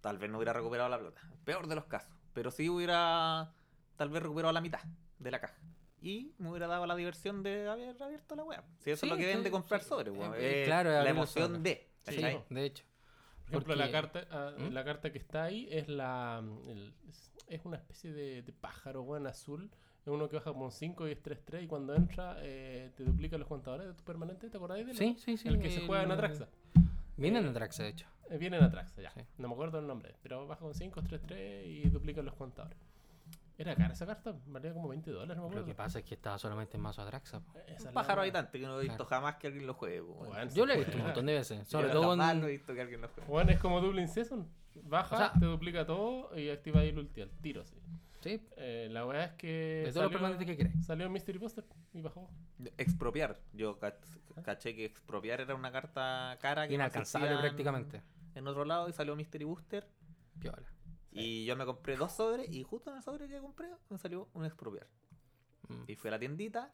tal vez no hubiera recuperado la plata. Peor de los casos, pero sí hubiera tal vez recuperado la mitad de la caja. Y me hubiera dado la diversión de haber abierto la web. Si eso Sí, es lo que sí, vende comprar sí. sobre, Eh, weón. eh, Es claro, es la abrir los emoción sobres. de. Sí, ¿cachai? po. De hecho. Por ejemplo, la Porque- carta ah, ¿Mm? la carta que está ahí es la mm, el- es- es una especie de, de pájaro weón, azul. Es uno que baja como 5 y es 3-3 y cuando entra eh, te duplica los contadores de tu permanente. ¿Te acordás de él? Sí, sí, sí. El que se juega en el- Atraxa. Viene en Atraxa, de hecho. Eh, Viene en Atraxa, ya. Sí. No me acuerdo el nombre. Pero baja con 5, 3-3 y duplica los contadores. Era cara esa carta. Valía como 20 dólares, no me Lo acuerdo. que pasa es que estaba solamente en mazo Atraxa. po. Esa es la Un pájaro pues. wea. habitante que no he visto Claro. jamás que alguien lo juegue. po, weón. Weón, Yo se lo he visto un juega. montón de veces. Yo Sobre todo jamás en, no he visto que alguien lo juegue. Weón, es como Dublin Season. baja, O sea- te duplica todo y activa el ulti al tiro, sí. Sí, Eh, la weá es que. de todos los permanentes que queráis. salió Mystery Buster y bajó. Expropiar. Yo ca- caché que expropiar era una carta cara que no Inalcanzable existía en- prácticamente. En otro lado y salió Mystery Booster. Piola. Y yo me compré dos sobres y justo en el sobre que compré me salió un expropiar. Mm. Y fui a la tiendita,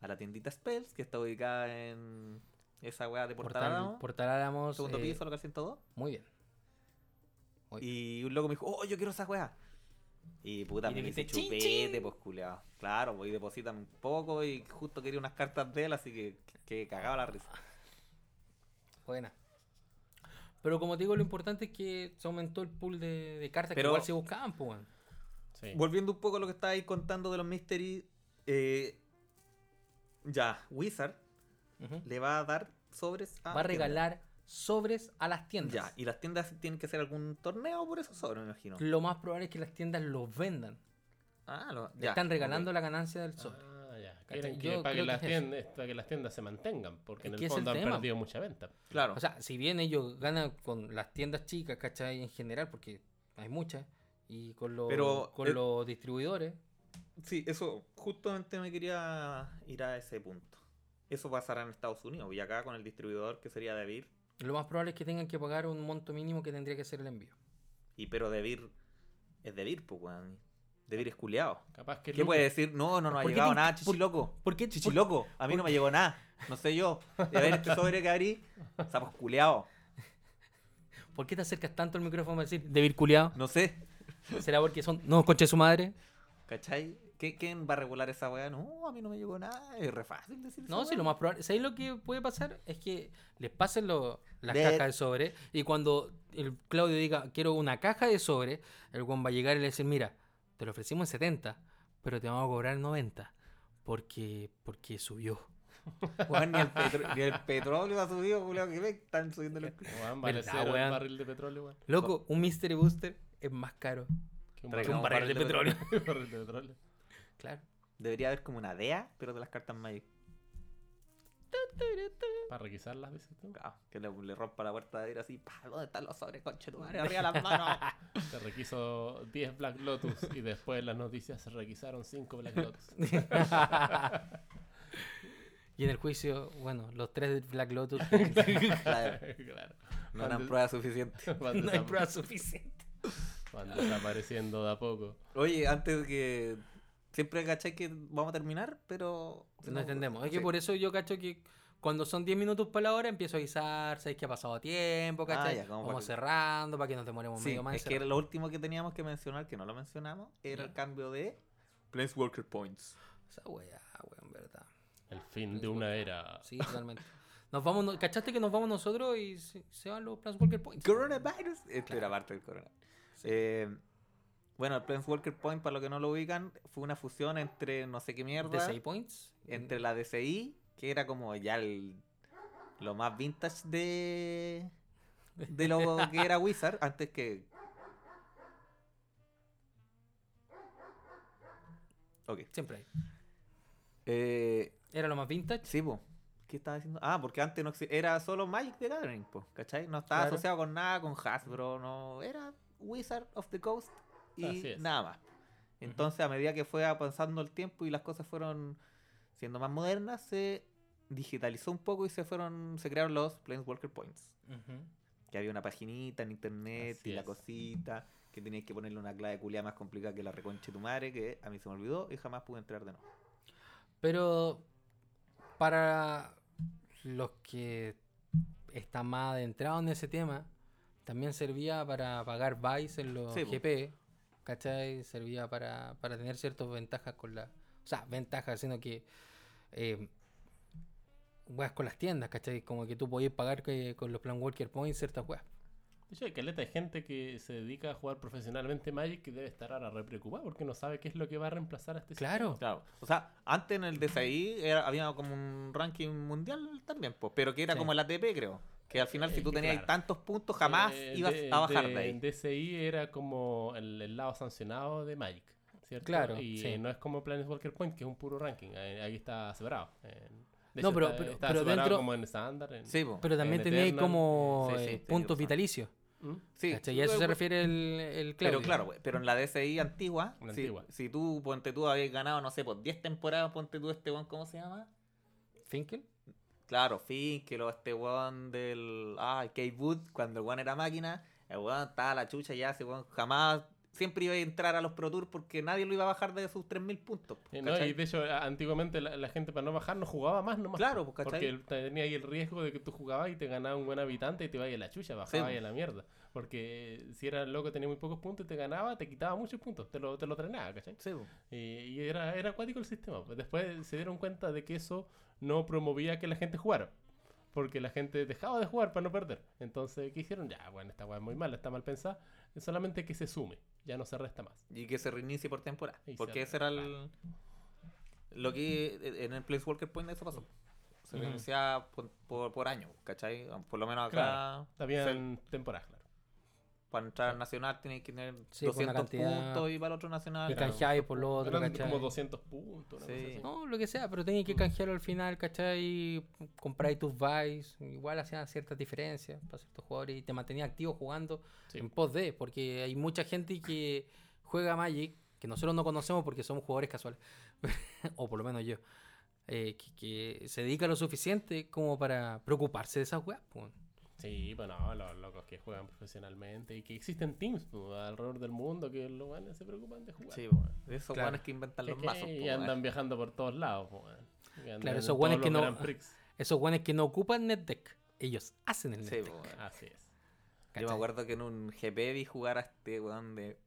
a la tiendita Spells, que está ubicada en esa weá de Portal Portal, Álamo, Portal Álamos, segundo eh, piso, local 102. Muy bien. Oye. Y un loco me dijo, oh, yo quiero esa weá. Y puta, Y me dijiste, dice "Chin, chupete, pues culeado. Claro, pues y depositan un poco y justo quería unas cartas de él, así que, que cagaba la risa. Buena. Pero como te digo, lo importante es que se aumentó el pool de, de cartas que Pero- igual se buscaban, pues. weón. Sí. Volviendo un poco a lo que estabais contando de los Mystery, eh, ya, Wizard Ujú. le va a dar sobres a. Va a la tienda. regalar sobres a las tiendas. Ya, y las tiendas tienen que hacer algún torneo por esos sobres, me imagino. Lo más probable es que las tiendas los vendan. Ah, lo- Le ya, están regalando ok. la ganancia del sobre. Ah, ya. ¿Cachai? Quieren Yo que, para, creo que que las es eso. tiendas, para que las tiendas se mantengan, porque en Es el que es el fondo han tema. perdido mucha venta. Claro. O sea, si bien ellos ganan con las tiendas chicas, ¿cachai? En general, porque hay muchas, y con los, Pero, con eh, los distribuidores, Sí, eso, justamente me quería ir a ese punto. Eso pasará en Estados Unidos y acá con el distribuidor que sería Debir. lo más probable es que tengan que pagar un monto mínimo que tendría que ser el envío. Y pero Debir es Debir, pues, weón. Debir es culeado. Capaz que. ¿Qué Lucas- puede decir? No, no, no ha ¿Por qué llegado te- nada, por- chichiloco. ¿Por qué Chichiloco, a mí no me llegó nada. No sé yo. De ver este sobre que abrí, pues, estamos culeados. ¿Por qué te acercas tanto al micrófono para decir de virculeado? No sé. ¿Será porque son no coche su madre? ¿Cachai? ¿Qué, ¿Quién va a regular esa weá? No, a mí no me llegó nada. Es re fácil decir esa No, si weá. lo más probable. ¿Sabéis lo que puede pasar? Es que les pasen lo- las De- cajas de sobre. Y cuando el Claudio diga, quiero una caja de sobre, el Juan va a llegar y le dice, mira, te lo ofrecimos en 70, pero te vamos a cobrar 90. Porque, porque subió. Weón, ni, el petro- ni el petróleo ha subido, culeado. Que me están subiendo los Weón, vale Verdad, cero el weón. barril de petróleo, weón. Loco, un Mystery Booster es más caro Que Traiga que un un barril de barril de petróleo. un barril de petróleo. Claro. Debería haber como una DEA, pero de las cartas Magic. Para requisarlas, dices tú. Claro, que le, le rompa la puerta de ir así, pa, ¿dónde están los sobres, conche tu madre? Arriba las manos. Se requisó 10 Black Lotus y después en las noticias se requisaron 5 Black Lotus. y en el juicio, bueno, los tres de Black Lotus. Claro, claro. no eran Cuando- pruebas suficientes. Van, no hay desap- pruebas suficientes. van desapareciendo de a poco. Oye, antes de que. Siempre cachai que vamos a terminar, pero. No entendemos. Es Sí. que por eso yo cacho que cuando son 10 minutos para la hora empiezo a avisar, sabéis que ha pasado tiempo, Ah, ¿cachai? ya, como para Vamos que- cerrando para que nos demoremos Sí, medio más. es que era lo último que teníamos que mencionar, que no lo mencionamos, era el Ya. cambio de Planeswalker Points. Esa weá, weón, verdad. El fin de una era. Sí, totalmente. Nos vamos, no- ¿cachaste que nos vamos nosotros y se, se van los Planeswalker Points? Coronavirus. Esto era parte del corona. Eh, bueno, el Planeswalker Point, para los que no lo ubican, fue una fusión entre no sé qué mierda. De 6 points. entre la DCI, que era como ya el- lo más vintage de, de lo que era Wizard, antes que... Ok. Siempre hay. Eh, Era lo más vintage. sí, po. ¿Qué estaba diciendo? Ah, porque antes no exi- era solo Magic the Gathering, po, ¿cachai? No estaba Claro. asociado con nada, con Hasbro, no... Era Wizard of the Coast Así y es. nada más. Entonces, a medida que fue avanzando el tiempo y las cosas fueron siendo más modernas, se digitalizó un poco y se fueron se crearon los Planeswalker Points. Ujú. Que había una paginita en internet Así y la es. cosita, que tenías que ponerle una clave culia más complicada que la reconche tu madre, que a mí se me olvidó y jamás pude entrar de nuevo. Pero para los que están más adentrados en ese tema, también servía para pagar buys en los Sí, po. GP, ¿cachai? Servía para, para tener ciertas ventajas con la... O sea, ventajas, sino que... Eh, weas con las tiendas, ¿cachai? Como que tú podías pagar que- con los Plan Walker Points ciertas weas. De hecho, hay caleta de gente que se dedica a jugar profesionalmente Magic que debe estar ahora re preocupada porque no sabe qué es lo que va a reemplazar a este Claro. Claro. O sea, antes en el DCI era- había como un ranking mundial también, pues, pero que era Sí. como el ATP, creo. Que al final, Eh, si tú tenías claro. tantos puntos, jamás Eh, ibas de- a bajar de ahí. de- DCI era como el, el lado sancionado de Magic, ¿cierto? Claro, Y sí. eh, no es como Planeswalker Point, que es un puro ranking. eh, Aquí está separado. eh, de No, hecho, pero- está, pero- está pero separado dentro- como en estándar. en- Sí, po. Pero también En tenía Eternal, como sí, sí, eh, tenía puntos razón. vitalicios. Mm, ¿Mm? Sí, ¿Cachai? Y a eso se pero- refiere el, Pero el Claudio. claro, we- pero en la DCI antigua, La si, antigua. si tú, ponte tú, habías ganado, no sé, por 10 temporadas, ponte tú este weón, ¿cómo se llama? pues. Finkel. Claro, Finkel o este weón del. Ah, Kate Wood, cuando el weón era máquina, el weón estaba a la chucha ya, ese weón jamás. Siempre iba a entrar a los Pro Tour porque nadie lo iba a bajar de sus 3.000 puntos. Eh, no, ¿cachai? y de hecho, a- antiguamente la, la gente para no bajar no jugaba más nomás. Claro, pues, ¿cachai? porque el- tenía ahí el riesgo de que tú jugabas y te ganaba un buen habitante y te vaya a la chucha, bajaba ahí pues. a la mierda. Porque eh, si era loco tenía muy pocos puntos y te ganaba, te quitaba muchos puntos, te lo, te lo trenaba, ¿cachai? Sí, pues. Y, y era, era acuático el sistema. pues. Después se dieron cuenta de que eso no promovía que la gente jugara. Porque la gente dejaba de jugar para no perder. Entonces, ¿qué hicieron? Ya, bueno, esta weá es muy mala, está mal pensada. Solamente que se sume, ya no se resta más. Y que se reinicie por temporada. Y se porque ese era el. Lo que en el Place Walker Point eso pasó. Se Ujú. reiniciaba por, por, por año, ¿cachai? Por lo menos acá. Claro. Había se- en temporadas, claro. para entrar al nacional tienes que tener Sí, pues, una 200 cantidad. puntos y para el otro Y nacional. Ah, Claro. canjeáis por lo otro, Eran ¿cachai? como 200 puntos. una Sí. cosa así. No, lo que sea, pero tenías que Mm. canjearlo al final, ¿cachai? Compráis tus buys, igual hacían ciertas diferencias para ciertos jugadores y te mantenías activo jugando Sí. en pos de, porque hay mucha gente que juega Magic, que nosotros no conocemos porque somos jugadores casuales, o por lo menos yo, eh, que, que se dedica lo suficiente como para preocuparse de esas weas. pues. po. Sí, bueno, los locos que juegan profesionalmente y que existen teams pues, alrededor del mundo que los guanes se preocupan de jugar. Sí, bueno, de esos Claro. guanes que inventan Es los que- mazos. y po, andan weón. viajando por todos lados. pues, weón. Y andan pues, en Claro, esos todos guanes los que no- Grand Prix. Esos weones que no ocupan NetDeck, ellos hacen el Sí, NetDeck. po, weón. Así es. Yo me ¿cachai? acuerdo que en un GP vi jugar a este weón de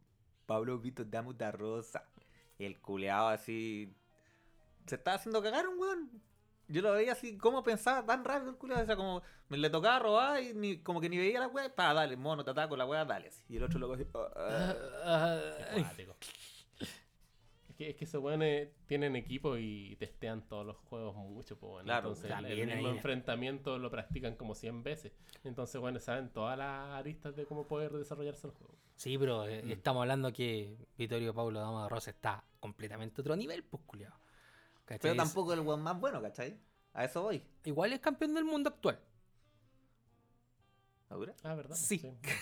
Pablo Vito Damuta Rosa. Y el culeado así. Se estaba haciendo cagar un weón. Yo lo veía así, como pensaba tan rápido el culeado. O sea, como me le tocaba robar y ni, como que ni veía la weá. Pa, dale, mono, te ataco la weá, dale. así. Y el otro loco así. ah, ah. Ah, ah, Acuático. Es que, es que esos weones tienen equipo y testean todos los juegos mucho, pues bueno. Claro, Entonces el- el también mismo ahí- enfrentamiento lo practican como 100 veces. Entonces, bueno, saben todas las aristas de cómo poder desarrollarse el juego. Sí, pero eh, Mm. estamos hablando que Vittorio Paulo Dama de Rosa está completamente a otro nivel, pues culiao. ¿Cachai? Pero Es- tampoco el weón más bueno, ¿cachai? A eso voy. Igual es campeón del mundo actual. ¿Ahora? Ah, ¿verdad? Sí.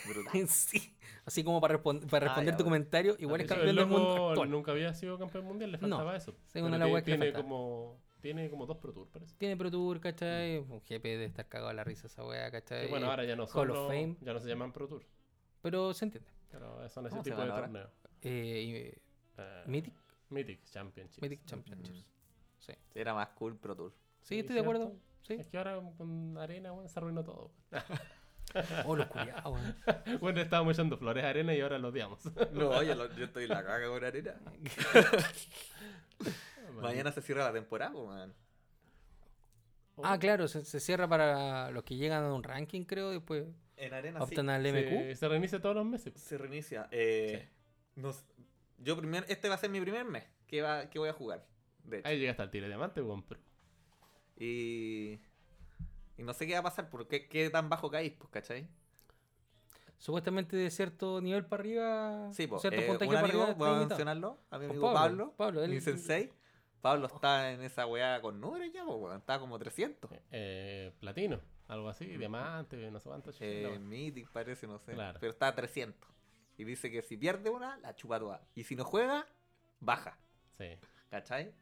Brutal. sí. Así como para, respon- para Ah, responder ya, tu bueno. comentario, Igual igual es Eso, campeón el del loco mundo actual. nunca había sido campeón mundial, le No, faltaba eso. una Pero de las tie- weas que le tiene faltaba. como tiene como dos Pro Tour, parece. Tiene Pro Tour, ¿cachai? Un GP de estar cagado a la risa esa weá, ¿cachai? Que bueno, ahora ya no son Eh, Hall of los- Fame. ya no se llaman Pro Tour, Pero se entiende. pero son ese ¿Cómo se tipo de llaman torneo. Eh, y- Eh, Mythic, Mythic Championship. Mythic Mm. Championships. Sí. Era más cool Pro Tour. Sí, estoy de acuerdo. Sí. Es que ahora con arena, bueno, se arruinó todo. Oh, los culiados. weón. bueno, estábamos echando flores a arena y ahora lo odiamos. No, oye, lo- yo estoy en la caga con arena. Mañana se cierra la temporada, po, man. Oh, Ah, claro, se, se cierra para los que llegan a un ranking, creo, después En arena Ah, sí. optan al MQ. Se, se reinicia todos los meses. Se reinicia. Eh, nos- yo primer, este va a ser mi primer mes que, va, que voy a jugar. De hecho. Ahí llega hasta el tiro de diamante, weón. pero- Y, y no sé qué va a pasar, porque qué tan bajo caís, pues, ¿cachai? Supuestamente de cierto nivel para arriba. Sí, pues. cierto eh, puntaje un para amigo, arriba. voy a está invitado. mencionarlo, a mi Con amigo Pues, Pablo, Pablo, Pablo, él- mi sensei. Pablo está en esa weá con números ya, pues, weón. Está como 300. Eh, platino, algo así, diamante, no sé cuánto. Mm. Eh, chino. Mythic parece, no sé. Claro. Pero está a 300. Y dice que si pierde una, la chupa toda. Y si no juega, baja. Sí. ¿Cachai?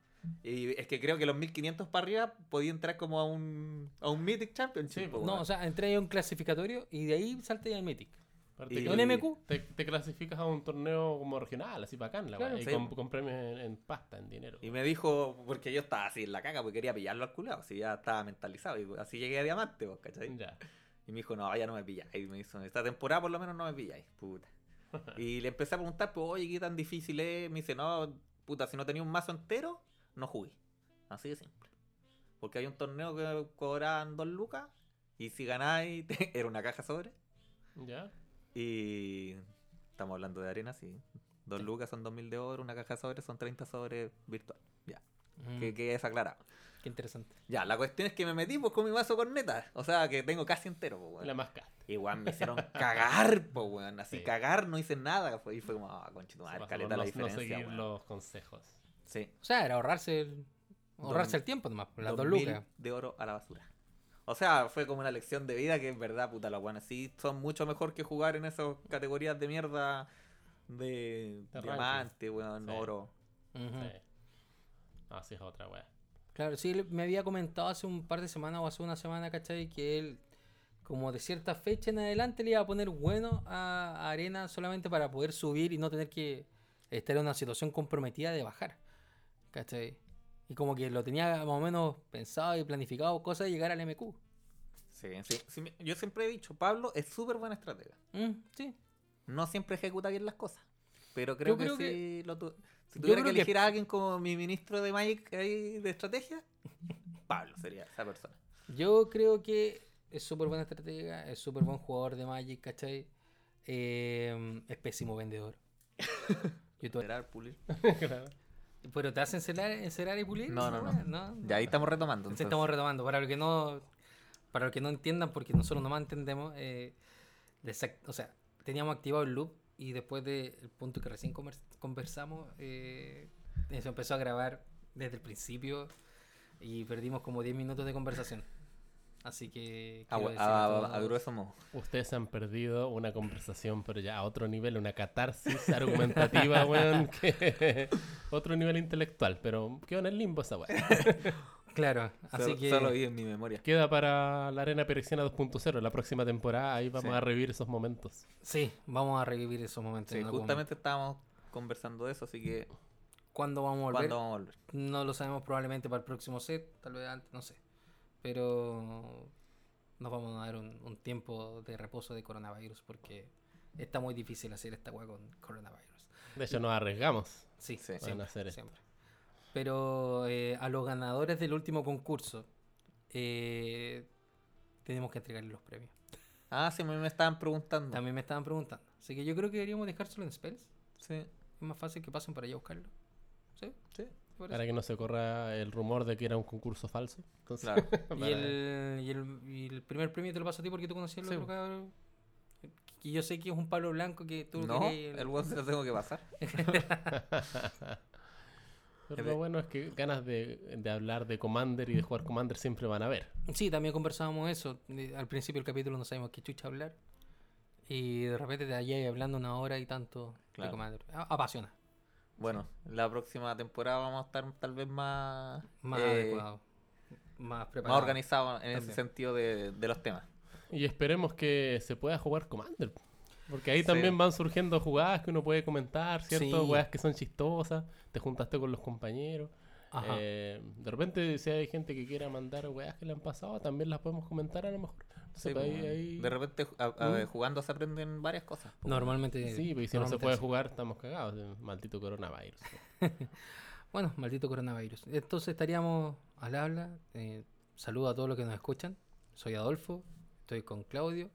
Y es que creo que los 1500 para arriba podía entrar como a un, a un Mythic Championship. Sí, po, No, weón. o sea, entré ahí a un clasificatorio y de ahí salté al Mythic. Aparte Y- que- ¿Un MQ? Te, te clasificas a un torneo como regional, así bacán, la Claro, weá, y sí. con, con premios en, en pasta, en dinero. Y me dijo, porque yo estaba así en la caca, porque quería pillarlo al culado, así ya estaba mentalizado. Y así llegué a diamante, po, Mm. ¿cachai? Ya. Y me dijo, no, ya no me pilláis. Y me hizo, esta temporada por lo menos no me pilláis, puta. Y le empecé a preguntar, pues, oye, qué tan difícil es. Me dice, no, puta, si no tenía un mazo entero, no jugué. Así de simple. Porque hay un torneo que cobraban dos lucas. Y si ganáis, era una caja sobre. Ya. Y estamos hablando de arena, sí. Dos lucas son 2000 de oro, una caja de sobres son 30 sobres virtual. Ya, Mm, que, qué, que es aclarado. interesante. Ya, la cuestión es que me metí pues con mi mazo con neta. O sea, que tengo casi entero, pues, weón. La más cara. Y weón, me hicieron cagar, pues, weón. Así Sí. cagar, no hice nada. pues, y fue como, ah, Se conchetumar, pasa caleta por la no- no diferencia, seguir weón. los consejos. Sí. O sea, era ahorrarse el, ahorrarse Dos- el tiempo nomás, las dos 2000 lucas. de oro a la basura. O sea, fue como una lección de vida que es verdad, puta, los buenos sí son mucho mejor que jugar en esas categorías de mierda de, De diamante, weón, Sí. oro. Ujú. Sí. No, sí es otra wea. Claro, sí, le- me había comentado hace un par de semanas o hace una semana, ¿cachai? Que él, como de cierta fecha en adelante, le iba a poner bueno a, a Arena solamente para poder subir y no tener que estar en una situación comprometida de bajar, ¿cachai? Y como que lo tenía más o menos pensado y planificado, cosa de llegar al MQ. Sí, sí, sí, me- Yo siempre he dicho, Pablo es súper buena estratega. Mm, sí, No siempre ejecuta bien las cosas. Pero creo, creo que, que- sí lo tu- si yo tuviera que creo que- elegir a alguien como mi ministro de Magic ahí de estrategia, Pablo sería esa persona. Yo creo que es súper buena estratega, es súper buen jugador de Magic, ¿cachai? Eh, es pésimo vendedor. Youtuber. Tolerar, pulir. Claro. Pero te hacen encerrar, encerrar y pulir. No, no, esa no. weá, no. Ya ahí estamos retomando. Entonces, Entonces estamos retomando. Para los que no, para los que no entiendan, porque nosotros no más entendemos, eh, desac- o sea, teníamos activado el loop y después del punto que recién conver- conversamos, eh, se empezó a grabar desde el principio y perdimos como 10 minutos de conversación. Así que... A, quiero a, decirle a todos- a- a grueso modo. Ustedes han perdido una conversación, pero ya a otro nivel, una catarsis argumentativa, weón. que- Otro nivel intelectual, pero quedó en el limbo esa weá. Claro, así Solo- que... Solo vi en mi memoria. Queda para la Arena Pereciana 2.0, la próxima temporada, ahí vamos Sí. a revivir esos momentos. Sí, vamos a revivir esos momentos. Sí, en algún justamente estábamos conversando de eso, así que momento. ¿Cuándo vamos a volver? ¿cuándo vamos a volver? No lo sabemos probablemente para el próximo set, tal vez antes, no sé. Pero nos vamos a dar un, un tiempo de reposo de coronavirus porque está muy difícil hacer esta weá con coronavirus. De hecho, nos arriesgamos. Sí, Sí. siempre, Van a hacer esto. siempre. Pero eh, a los ganadores del último concurso eh, tenemos que entregarles los premios. Ah, sí, a mí me estaban preguntando. También me estaban preguntando. Así que yo creo que deberíamos dejárselo en spells. Sí, Es más fácil que pasen para allá a buscarlo. ¿Sí? sí. ¿Te parece? Para que no se corra el rumor de que era un concurso falso. Entonces, Claro. Y el, y, el, y el primer premio te lo paso a ti porque tú conocías al Sí, otro po. cabrón. Que yo sé que es un Pablo Blanco que tú No, querés- el buen se lo tengo que pasar. Pero Es de- lo bueno es que ganas de, de hablar de Commander y de jugar Commander siempre van a haber. Sí, también conversábamos eso. Eh, Al principio del capítulo no sabíamos qué chucha hablar. Y de repente te hallé hablando una hora y tanto de Claro. Commander. A- Apasiona. Bueno, la próxima temporada vamos a estar tal vez más, Más eh, adecuado. Más más preparado. organizados en ese También. sentido de, de los temas. Y esperemos que se pueda jugar Commander. Porque ahí Sí. también van surgiendo jugadas que uno puede comentar, ¿cierto? Sí. Jugadas que son chistosas, te juntaste con los compañeros. Ajá. Eh, de repente, si hay gente que quiera mandar weas que le han pasado, también las podemos comentar a lo mejor. Entonces, Sí, ahí- pues, ahí- De repente ju- a- a ver, Mm. jugando se aprenden varias cosas. pues. Normalmente. Sí, porque si no se puede normalmente jugar, estamos cagados. eh, Maldito coronavirus. así. Bueno, maldito coronavirus. Entonces estaríamos al habla. Eh, saludo a todos los que nos escuchan. Soy Adolfo. Estoy con Claudio.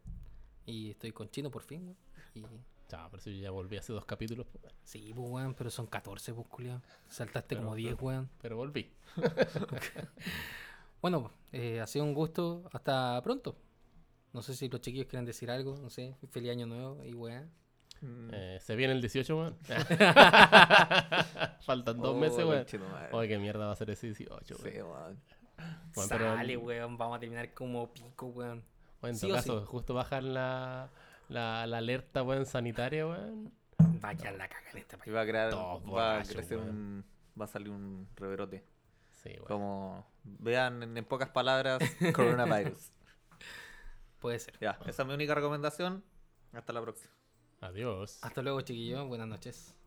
Y estoy con Chino por fin. güey. Y Chao, pero si yo ya volví hace dos capítulos, pues, Sí, pues, weón, pero son 14, pues, culiao. Saltaste Pero- como 10, weón. pero volví. Bueno, pues, eh, ha sido un gusto. Hasta pronto. No sé si los chiquillos quieren decir algo, no sé. Feliz año nuevo y weón. Mm. Eh, se viene el 18, weón. Faltan dos Oh, meses, weón. conchetumadre. Oye, qué mierda va a ser ese 18, weón. Sí, weón. Weón, pero- Sale, weón, vamos a terminar como pico, weón. Bueno, en Sí todo o caso, justo bajan la, la, la alerta, weón, sanitaria, weón. Vaya la caga en este Y país. va a crear, Todos va a borrachos, crecer weón. un, va a salir un reverote. Sí, weón. Como vean en, en pocas palabras coronavirus. Puede ser. ya, esa es mi única recomendación. Hasta la próxima. Adiós. Hasta luego, chiquillos. Buenas noches.